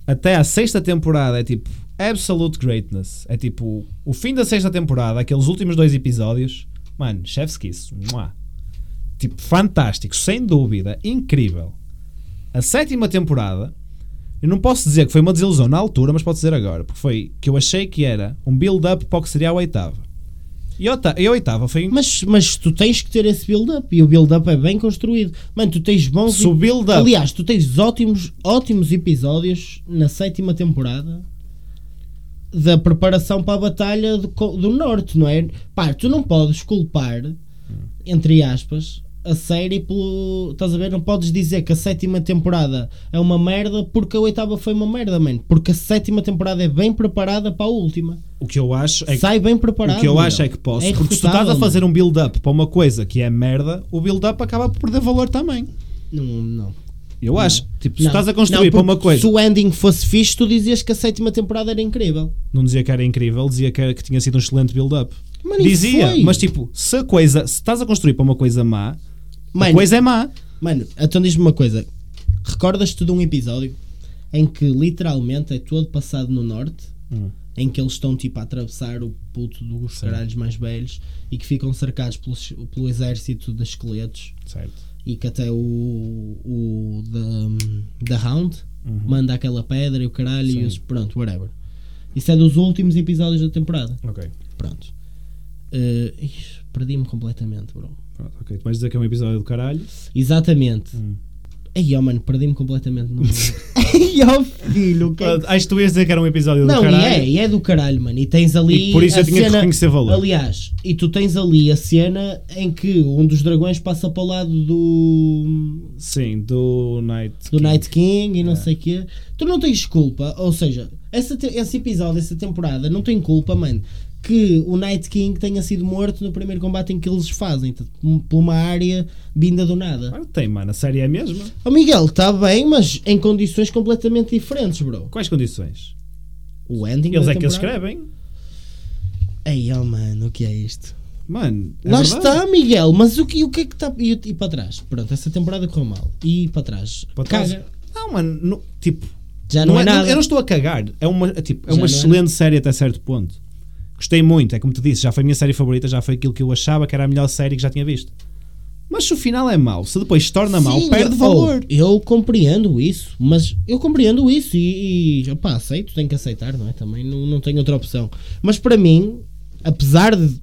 A: até à sexta temporada é tipo absolute greatness. É tipo o fim da sexta temporada, aqueles últimos dois episódios. Mano, chef's kiss. Mua. Tipo, fantástico, sem dúvida, incrível. A sétima temporada, eu não posso dizer que foi uma desilusão na altura, mas posso dizer agora, porque foi que eu achei que era um build-up para o que seria a oitava. E a ota- e a oitava foi
B: Mas, mas tu tens que ter esse build-up e o build-up é bem construído. Mano, tu tens bons.
A: Se o build-up-
B: Aliás, tu tens ótimos, ótimos episódios na sétima temporada da preparação para a Batalha do, co- do Norte, não é? Pá, tu não podes culpar, entre aspas, a série pelo. Estás a ver? Não podes dizer que a sétima temporada é uma merda porque a oitava foi uma merda, mano. Porque a sétima temporada é bem preparada para a última.
A: o que eu acho é que
B: Sai bem preparado.
A: O que eu
B: meu.
A: acho é que posso, porque se tu
B: irrefutável,
A: estás a
B: mano.
A: fazer um build-up para uma coisa que é merda, o build-up acaba por perder valor também.
B: Não, não.
A: Eu acho. Tipo, se
B: Não.
A: estás a
B: Não,
A: construir para
B: porque
A: uma coisa,
B: Se o ending fosse fixe, tu dizias que a sétima temporada era incrível.
A: não dizia que era incrível, dizia que, era- que tinha sido um excelente build-up.
B: Mano, e
A: Dizia,
B: foi?
A: mas tipo, se a coisa, se estás a construir para uma coisa má, a
B: Mano,
A: coisa é má.
B: mano então diz-me uma coisa. Recordas-te de um episódio em que literalmente é todo passado no norte,
A: Hum.
B: em que eles estão tipo a atravessar o puto dos caralhos mais velhos e que ficam cercados pelos- pelo, exército de esqueletos
A: Certo.
B: e que até o, o da, da Hound manda aquela pedra e o caralho e
A: Uhum. Sim.
B: os, pronto, whatever. Isso é dos últimos episódios da temporada.
A: Ok.
B: Pronto. Eh, ixi, Perdi-me completamente, bro.
A: Pronto, ok. Tu vais dizer que é um episódio do caralho.
B: Exatamente.
A: Hum.
B: Ai, oh, mano, perdi-me completamente. Não... Ai, oh, filho. Que...
A: Pronto, Acho que tu ias dizer que era um episódio do
B: Não, e
A: caralho.
B: é, e é do caralho, mano. E tens ali.
A: E por isso
B: a
A: eu tinha que
B: cena...
A: reconhecer valor.
B: Aliás, e tu tens ali a cena em que um dos dragões passa para o lado do.
A: Sim, do Night.
B: do
A: King.
B: Night King e não sei o quê. Tu não tens culpa, ou seja, essa te- esse episódio, essa temporada, não tem culpa, mano, que o Night King tenha sido morto no primeiro combate em que eles fazem, t- por uma área vinda do nada.
A: Ah, tem, mano. A série é a mesma.
B: O Miguel está bem, mas em condições completamente diferentes, bro.
A: Quais condições?
B: O ending
A: Eles
B: da
A: é que eles
B: temporada-
A: escrevem.
B: Ei, oh, mano, o que é isto?
A: Mano, é
B: Lá
A: verdade.
B: está, Miguel, mas o que, o que é que está. E, e para trás? Pronto, essa temporada correu mal. E para trás?
A: Para trás.
B: Caga.
A: Não, mano, no- tipo,
B: um- Já não, é, nada.
A: eu não estou a cagar. É uma, é tipo, é
B: Já
A: uma
B: não é
A: excelente série até certo ponto. Gostei muito, é como te disse, já foi a minha série favorita, já foi aquilo que eu achava que era a melhor série que já tinha visto. Mas se o final é mau, se depois se torna mau,
B: Sim,
A: perde
B: eu-
A: valor.
B: oh, eu compreendo isso, mas eu compreendo isso e, e opá, aceito, tenho que aceitar, não é? Também não, não tenho outra opção. Mas para mim, apesar de.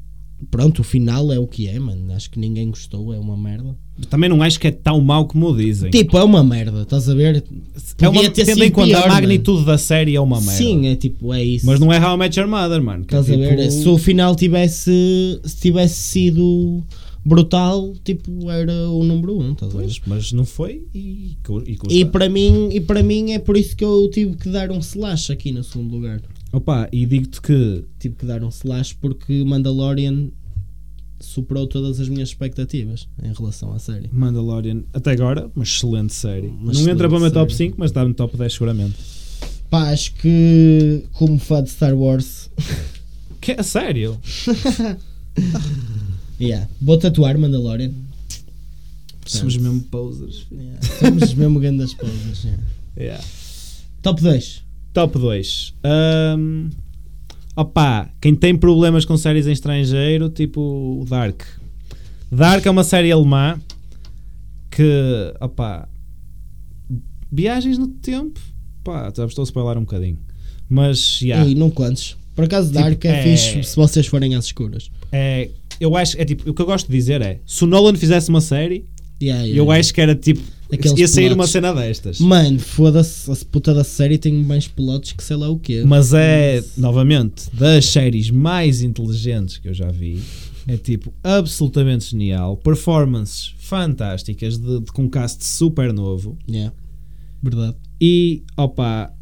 B: Pronto, o final é o que é, mano. Acho que ninguém gostou, é uma merda.
A: Também não acho que é tão mau como dizem.
B: Tipo, é uma merda, estás a ver?
A: é uma,
B: podia ter
A: tendo
B: sido
A: em conta
B: pior, né?
A: a magnitude da série, é uma merda.
B: Sim, é tipo, é isso.
A: Mas não é How I Met Your Mother, mano. que é
B: Estás a ver?
A: tipo-
B: Se o final tivesse, se tivesse sido brutal, tipo, era o número um, estás a ver?
A: Pois, mas não foi e, cu- e custa.
B: é E para mim, e para mim é por isso que eu tive que dar um slash aqui no segundo lugar.
A: Opa, e digo-te que
B: Tive que dar um slash porque Mandalorian superou todas as minhas expectativas em relação à série.
A: Mandalorian, até agora, uma excelente série.
B: Uma
A: não
B: excelente
A: entra para o meu top
B: série.
A: 5, mas está no top 10 seguramente.
B: Pá, acho que como fã de Star Wars,
A: Que, a sério?
B: yeah, vou tatuar Mandalorian.
A: Somos mesmo posers.
B: Yeah, somos mesmo grandes coisas. yeah.
A: Yeah.
B: Top 2.
A: Top 2. opa, quem tem problemas com séries em estrangeiro, tipo o Dark. Dark é uma série alemã que, opa, viagens no tempo. Pá, já estou a spoiler um bocadinho. Mas, já.
B: Ei, não contes. Por acaso
A: Tipo,
B: Dark é,
A: é-
B: fixe se vocês forem às escuras.
A: É, eu acho, é tipo, o que eu gosto de dizer é, se o Nolan fizesse uma série,
B: Yeah, yeah,
A: eu
B: yeah.
A: acho que era tipo,
B: Aqueles
A: ia sair uma
B: plots.
A: cena destas.
B: Mano, foda-se, a puta da série tem mais pilotos que sei lá o quê.
A: Mas é, novamente, das séries mais inteligentes que eu já vi. É tipo, absolutamente genial. Performances fantásticas, de, de- com um cast super novo.
B: Yeah. Verdade.
A: E, opa,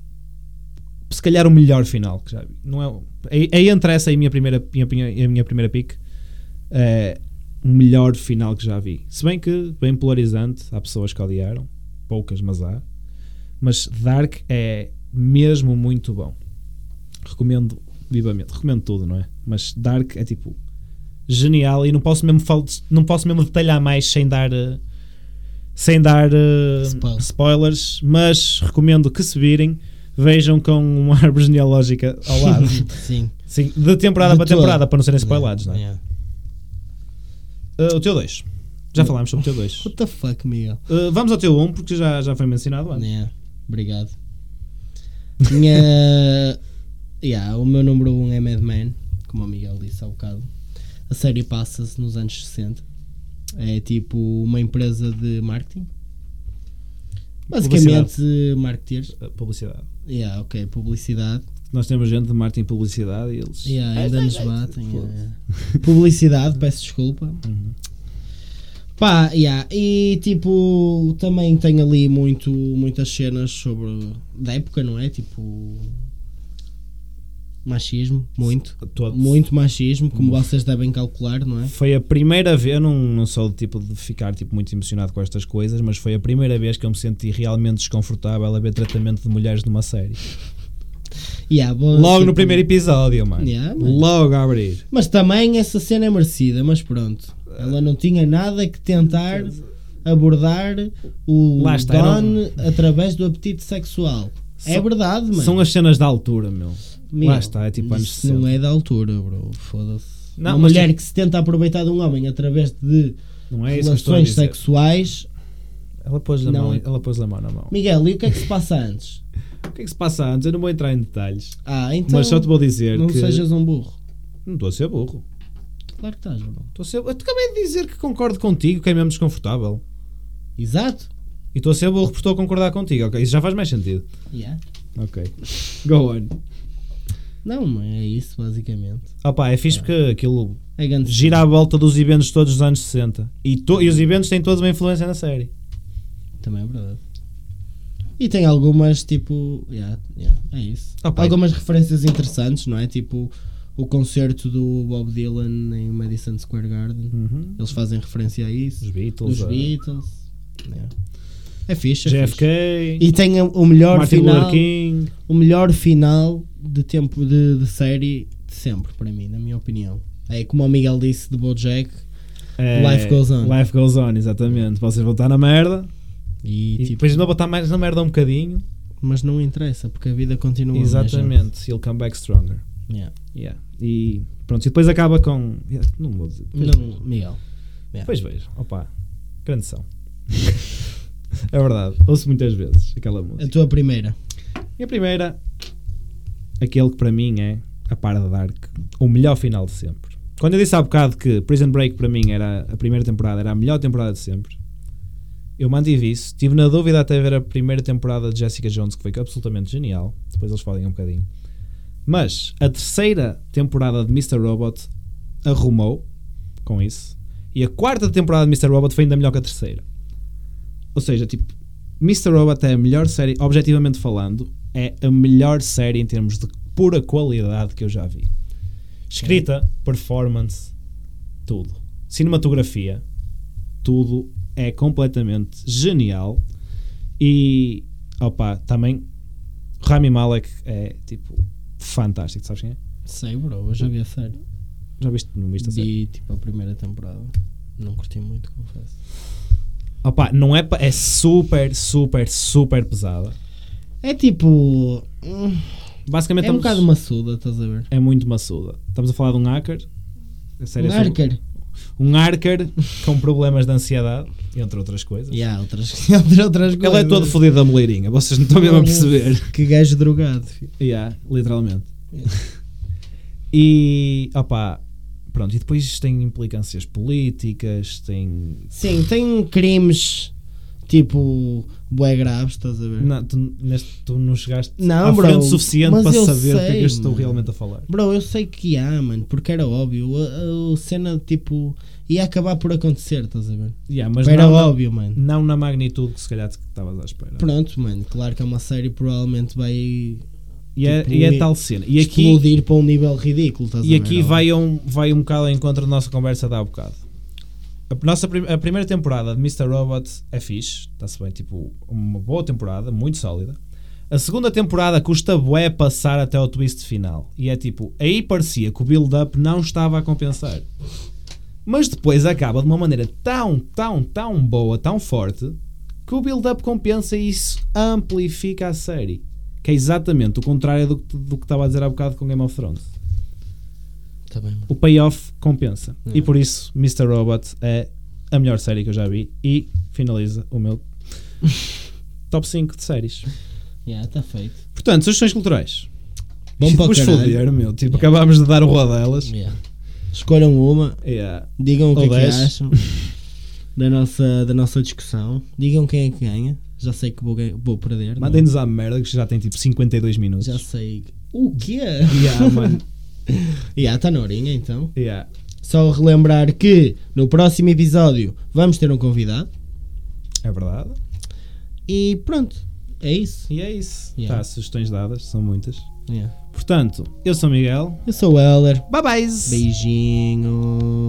A: se calhar o melhor final que já vi. Não é, o- é, é entre essa e a minha primeira, minha, minha- a minha primeira pick. É o melhor final que já vi. Se bem que, bem polarizante, há pessoas que odiaram. Poucas, mas há. Mas Dark é mesmo muito bom. Recomendo vivamente. Recomendo tudo, não é? Mas Dark é tipo genial e não posso mesmo, fal- não posso mesmo detalhar mais sem dar eh, sem dar eh,
B: Spoiler.
A: spoilers, mas recomendo que se virem, vejam com uma árvore genealógica ao lado.
B: Sim.
A: Sim, de temporada
B: De
A: para
B: toda.
A: temporada, para não serem spoilados, não é?
B: Yeah. É.
A: Eh, o teu 2. Já falámos sobre o teu 2.
B: What the fuck, Miguel?
A: vamos ao teu 1, um, porque já, já foi mencionado antes.
B: Yeah. Né, Obrigado. Minha. yeah, o meu número 1 um é Mad Men, como o Miguel disse há bocado. A série passa-se nos anos 60. É tipo uma empresa de marketing. Basicamente, marketeers.
A: Eh, Publicidade.
B: Yeah, ok, publicidade.
A: Nós temos gente de marketing e publicidade e eles.
B: Yeah, ainda
A: Ai,
B: nos
A: ai,
B: batem.
A: ai,
B: yeah, yeah. Publicidade, peço desculpa.
A: Uhum.
B: Pá, yeah. e tipo, também tem ali muito, muitas cenas sobre. da época, não é? Tipo. machismo, muito.
A: Todo.
B: Muito machismo, como
A: Uhum.
B: vocês devem calcular, não é?
A: Foi a primeira vez, eu não, não sou do tipo de ficar tipo, muito emocionado com estas coisas, mas foi a primeira vez que eu me senti realmente desconfortável a ver tratamento de mulheres numa série.
B: Ah, Yeah, bom,
A: Logo
B: tipo,
A: no primeiro episódio, mano.
B: Yeah, mano.
A: Logo a abrir.
B: Mas também essa cena é merecida, mas pronto. Ela não tinha nada que tentar abordar o
A: Lá está, era um-
B: Don através do apetite sexual. é
A: São-
B: verdade, mano.
A: São as cenas da altura, meu.
B: Meu,
A: Lá está, é tipo anos
B: Isso não
A: 60.
B: é da altura, bro. Foda-se.
A: Não,
B: Uma
A: mas
B: mulher
A: tipo-
B: que se tenta aproveitar de um homem através de
A: Não é isso que eu estou a
B: relações
A: dizer.
B: sexuais.
A: Ela pôs, a
B: Não.
A: mão, ela pôs a mão na mão.
B: Miguel, e o que é que se passa antes?
A: O que é que se passa antes? Eu não vou entrar em detalhes.
B: Ah, então.
A: mas só te vou dizer
B: não
A: que.
B: sejas um burro.
A: Não estou a ser burro.
B: Claro que estás, bro.
A: Estou a ser... Eu acabei de dizer que concordo contigo, que é mesmo desconfortável.
B: Exato.
A: E estou a ser burro porque estou a concordar contigo, ok? Isso já faz mais sentido.
B: Yeah.
A: Ok. Go on.
B: Não, mas é isso, basicamente.
A: Opa, é fixe porque aquilo
B: É grande.
A: gira à volta dos eventos todos dos anos 60. E, to- e os eventos têm todos uma influência na série.
B: Também é verdade. E tem algumas, tipo. yeah, yeah, é isso.
A: Ah, pá.
B: algumas referências interessantes, não é? Tipo o concerto do Bob Dylan em Madison Square Garden. Eles fazem referência a
A: Os
B: isso.
A: Beatles.
B: Dos
A: a-
B: Beatles. É, fixe. é fixe.
A: JFK.
B: E tem o melhor
A: Martin
B: final.
A: Luther King.
B: O melhor final de tempo de, de série de sempre, para mim, na minha opinião. É como o Miguel disse de Bojack.
A: É,
B: Life Goes On.
A: Life Goes On, exatamente. Vocês vão estar na merda.
B: E,
A: E,
B: tipo,
A: depois ainda vou estar mais na merda um bocadinho.
B: Mas não interessa, porque a vida continua. né,
A: Exatamente. He'll come back stronger.
B: gente? Yeah.
A: Yeah. E pronto. E depois acaba com. Yeah, Não vou dizer. Depois
B: Não, Miguel. Yeah.
A: Pois vejo, opa, grande som. é verdade, ouço muitas vezes aquela
B: A
A: música.
B: tua primeira.
A: E a primeira, aquele que para mim é a par da Dark, o melhor final de sempre. Quando eu disse há bocado que Prison Break para mim era a primeira temporada, era a melhor temporada de sempre, eu mantive isso. Estive na dúvida até ver a primeira temporada de Jessica Jones, que foi absolutamente genial. Depois eles falem um bocadinho. Mas a terceira temporada de Mr. Robot arrumou com isso. E a quarta temporada de Mr. Robot foi ainda melhor que a terceira. Ou seja, tipo, Mr. Robot é a melhor série, objetivamente falando, é a melhor série em termos de pura qualidade que eu já vi. Escrita, performance, tudo. Cinematografia, tudo é completamente genial. E, opa, também Rami Malek é, tipo, fantástico. Sabes quem é?
B: Sei, bro, eu já vi a série.
A: Já viste? Não viste a série?
B: Vi tipo a primeira temporada. Não curti muito, confesso.
A: Opa, não é... pa- É super, super, super pesada.
B: É tipo. hum,
A: Basicamente
B: É um
A: estamos-
B: bocado maçuda, estás a ver?
A: é muito maçuda. Estamos a falar de um hacker. A série
B: Um
A: é sobre-
B: arcker.
A: um hacker com problemas de ansiedade, entre outras coisas.
B: Yeah, outras, outras coisas.
A: Ele é todo fodido da moleirinha, vocês não estão mesmo a perceber.
B: Que gajo drogado. filho.
A: Yeah, literalmente.
B: Yeah.
A: E opá, pronto, e depois tem implicâncias políticas, tem.
B: Sim, tem crimes tipo. bué graves, estás a ver?
A: Não, tu, neste, tu não chegaste
B: Não,
A: à
B: bro,
A: frente o suficiente
B: mas
A: para
B: eu
A: saber o que é que
B: sei,
A: eu estou
B: mano.
A: realmente a falar.
B: Bro, eu sei que há, mano, porque era óbvio. A, a- a cena tipo. ia acabar por acontecer, estás a ver?
A: Yeah, mas
B: era
A: não, na-
B: óbvio, mano.
A: não na magnitude que se calhar que estavas à espera.
B: Pronto, mano, claro que é uma série provavelmente vai
A: E, é,
B: Tipo,
A: e é
B: e-
A: tal cena. E aqui,
B: explodir para um nível ridículo, estás
A: E
B: a ver?
A: aqui vai um, vai um bocado ao encontro da nossa conversa de há bocado. A, nossa, prim- a primeira temporada de Mr. Robot é fixe, está-se bem, tipo, uma boa temporada, muito sólida. A segunda temporada custa bué passar até o twist final. E é tipo, aí parecia que o build-up não estava a compensar. Mas depois acaba de uma maneira tão, tão, tão boa, tão forte, que o build-up compensa e isso amplifica a série. Que é exatamente o contrário do, que- do que estava a dizer há bocado com Game of Thrones
B: Tá bem, mano.
A: o payoff compensa. E por isso, Mr. Robot é a melhor série que eu já vi e finaliza o meu top 5 de séries.
B: Yeah, está feito.
A: Portanto, sugestões culturais.
B: Bom
A: Isto
B: para o
A: depois
B: caralho.
A: foder, meu. Tipo, acabámos de dar o rodelas.
B: Yeah. Escolham uma,
A: Yeah.
B: digam o que
A: Ou
B: é que
A: dez.
B: acham da nossa, da nossa discussão. Digam quem é que ganha. Já sei que vou, ga- vou perder. não é?
A: Mandem-nos à merda que já tem tipo 52 minutos.
B: Já sei. O quê?
A: Yeah, mano.
B: Yeah, está na horinha então.
A: Yeah.
B: Só relembrar que no próximo episódio vamos ter um convidado.
A: É verdade.
B: E pronto, é isso.
A: E é isso.
B: Yeah.
A: Tá, sugestões dadas, são muitas.
B: Yeah.
A: Portanto, eu sou o Miguel.
B: Eu sou o Heller.
A: Bye bye!
B: Beijinhos.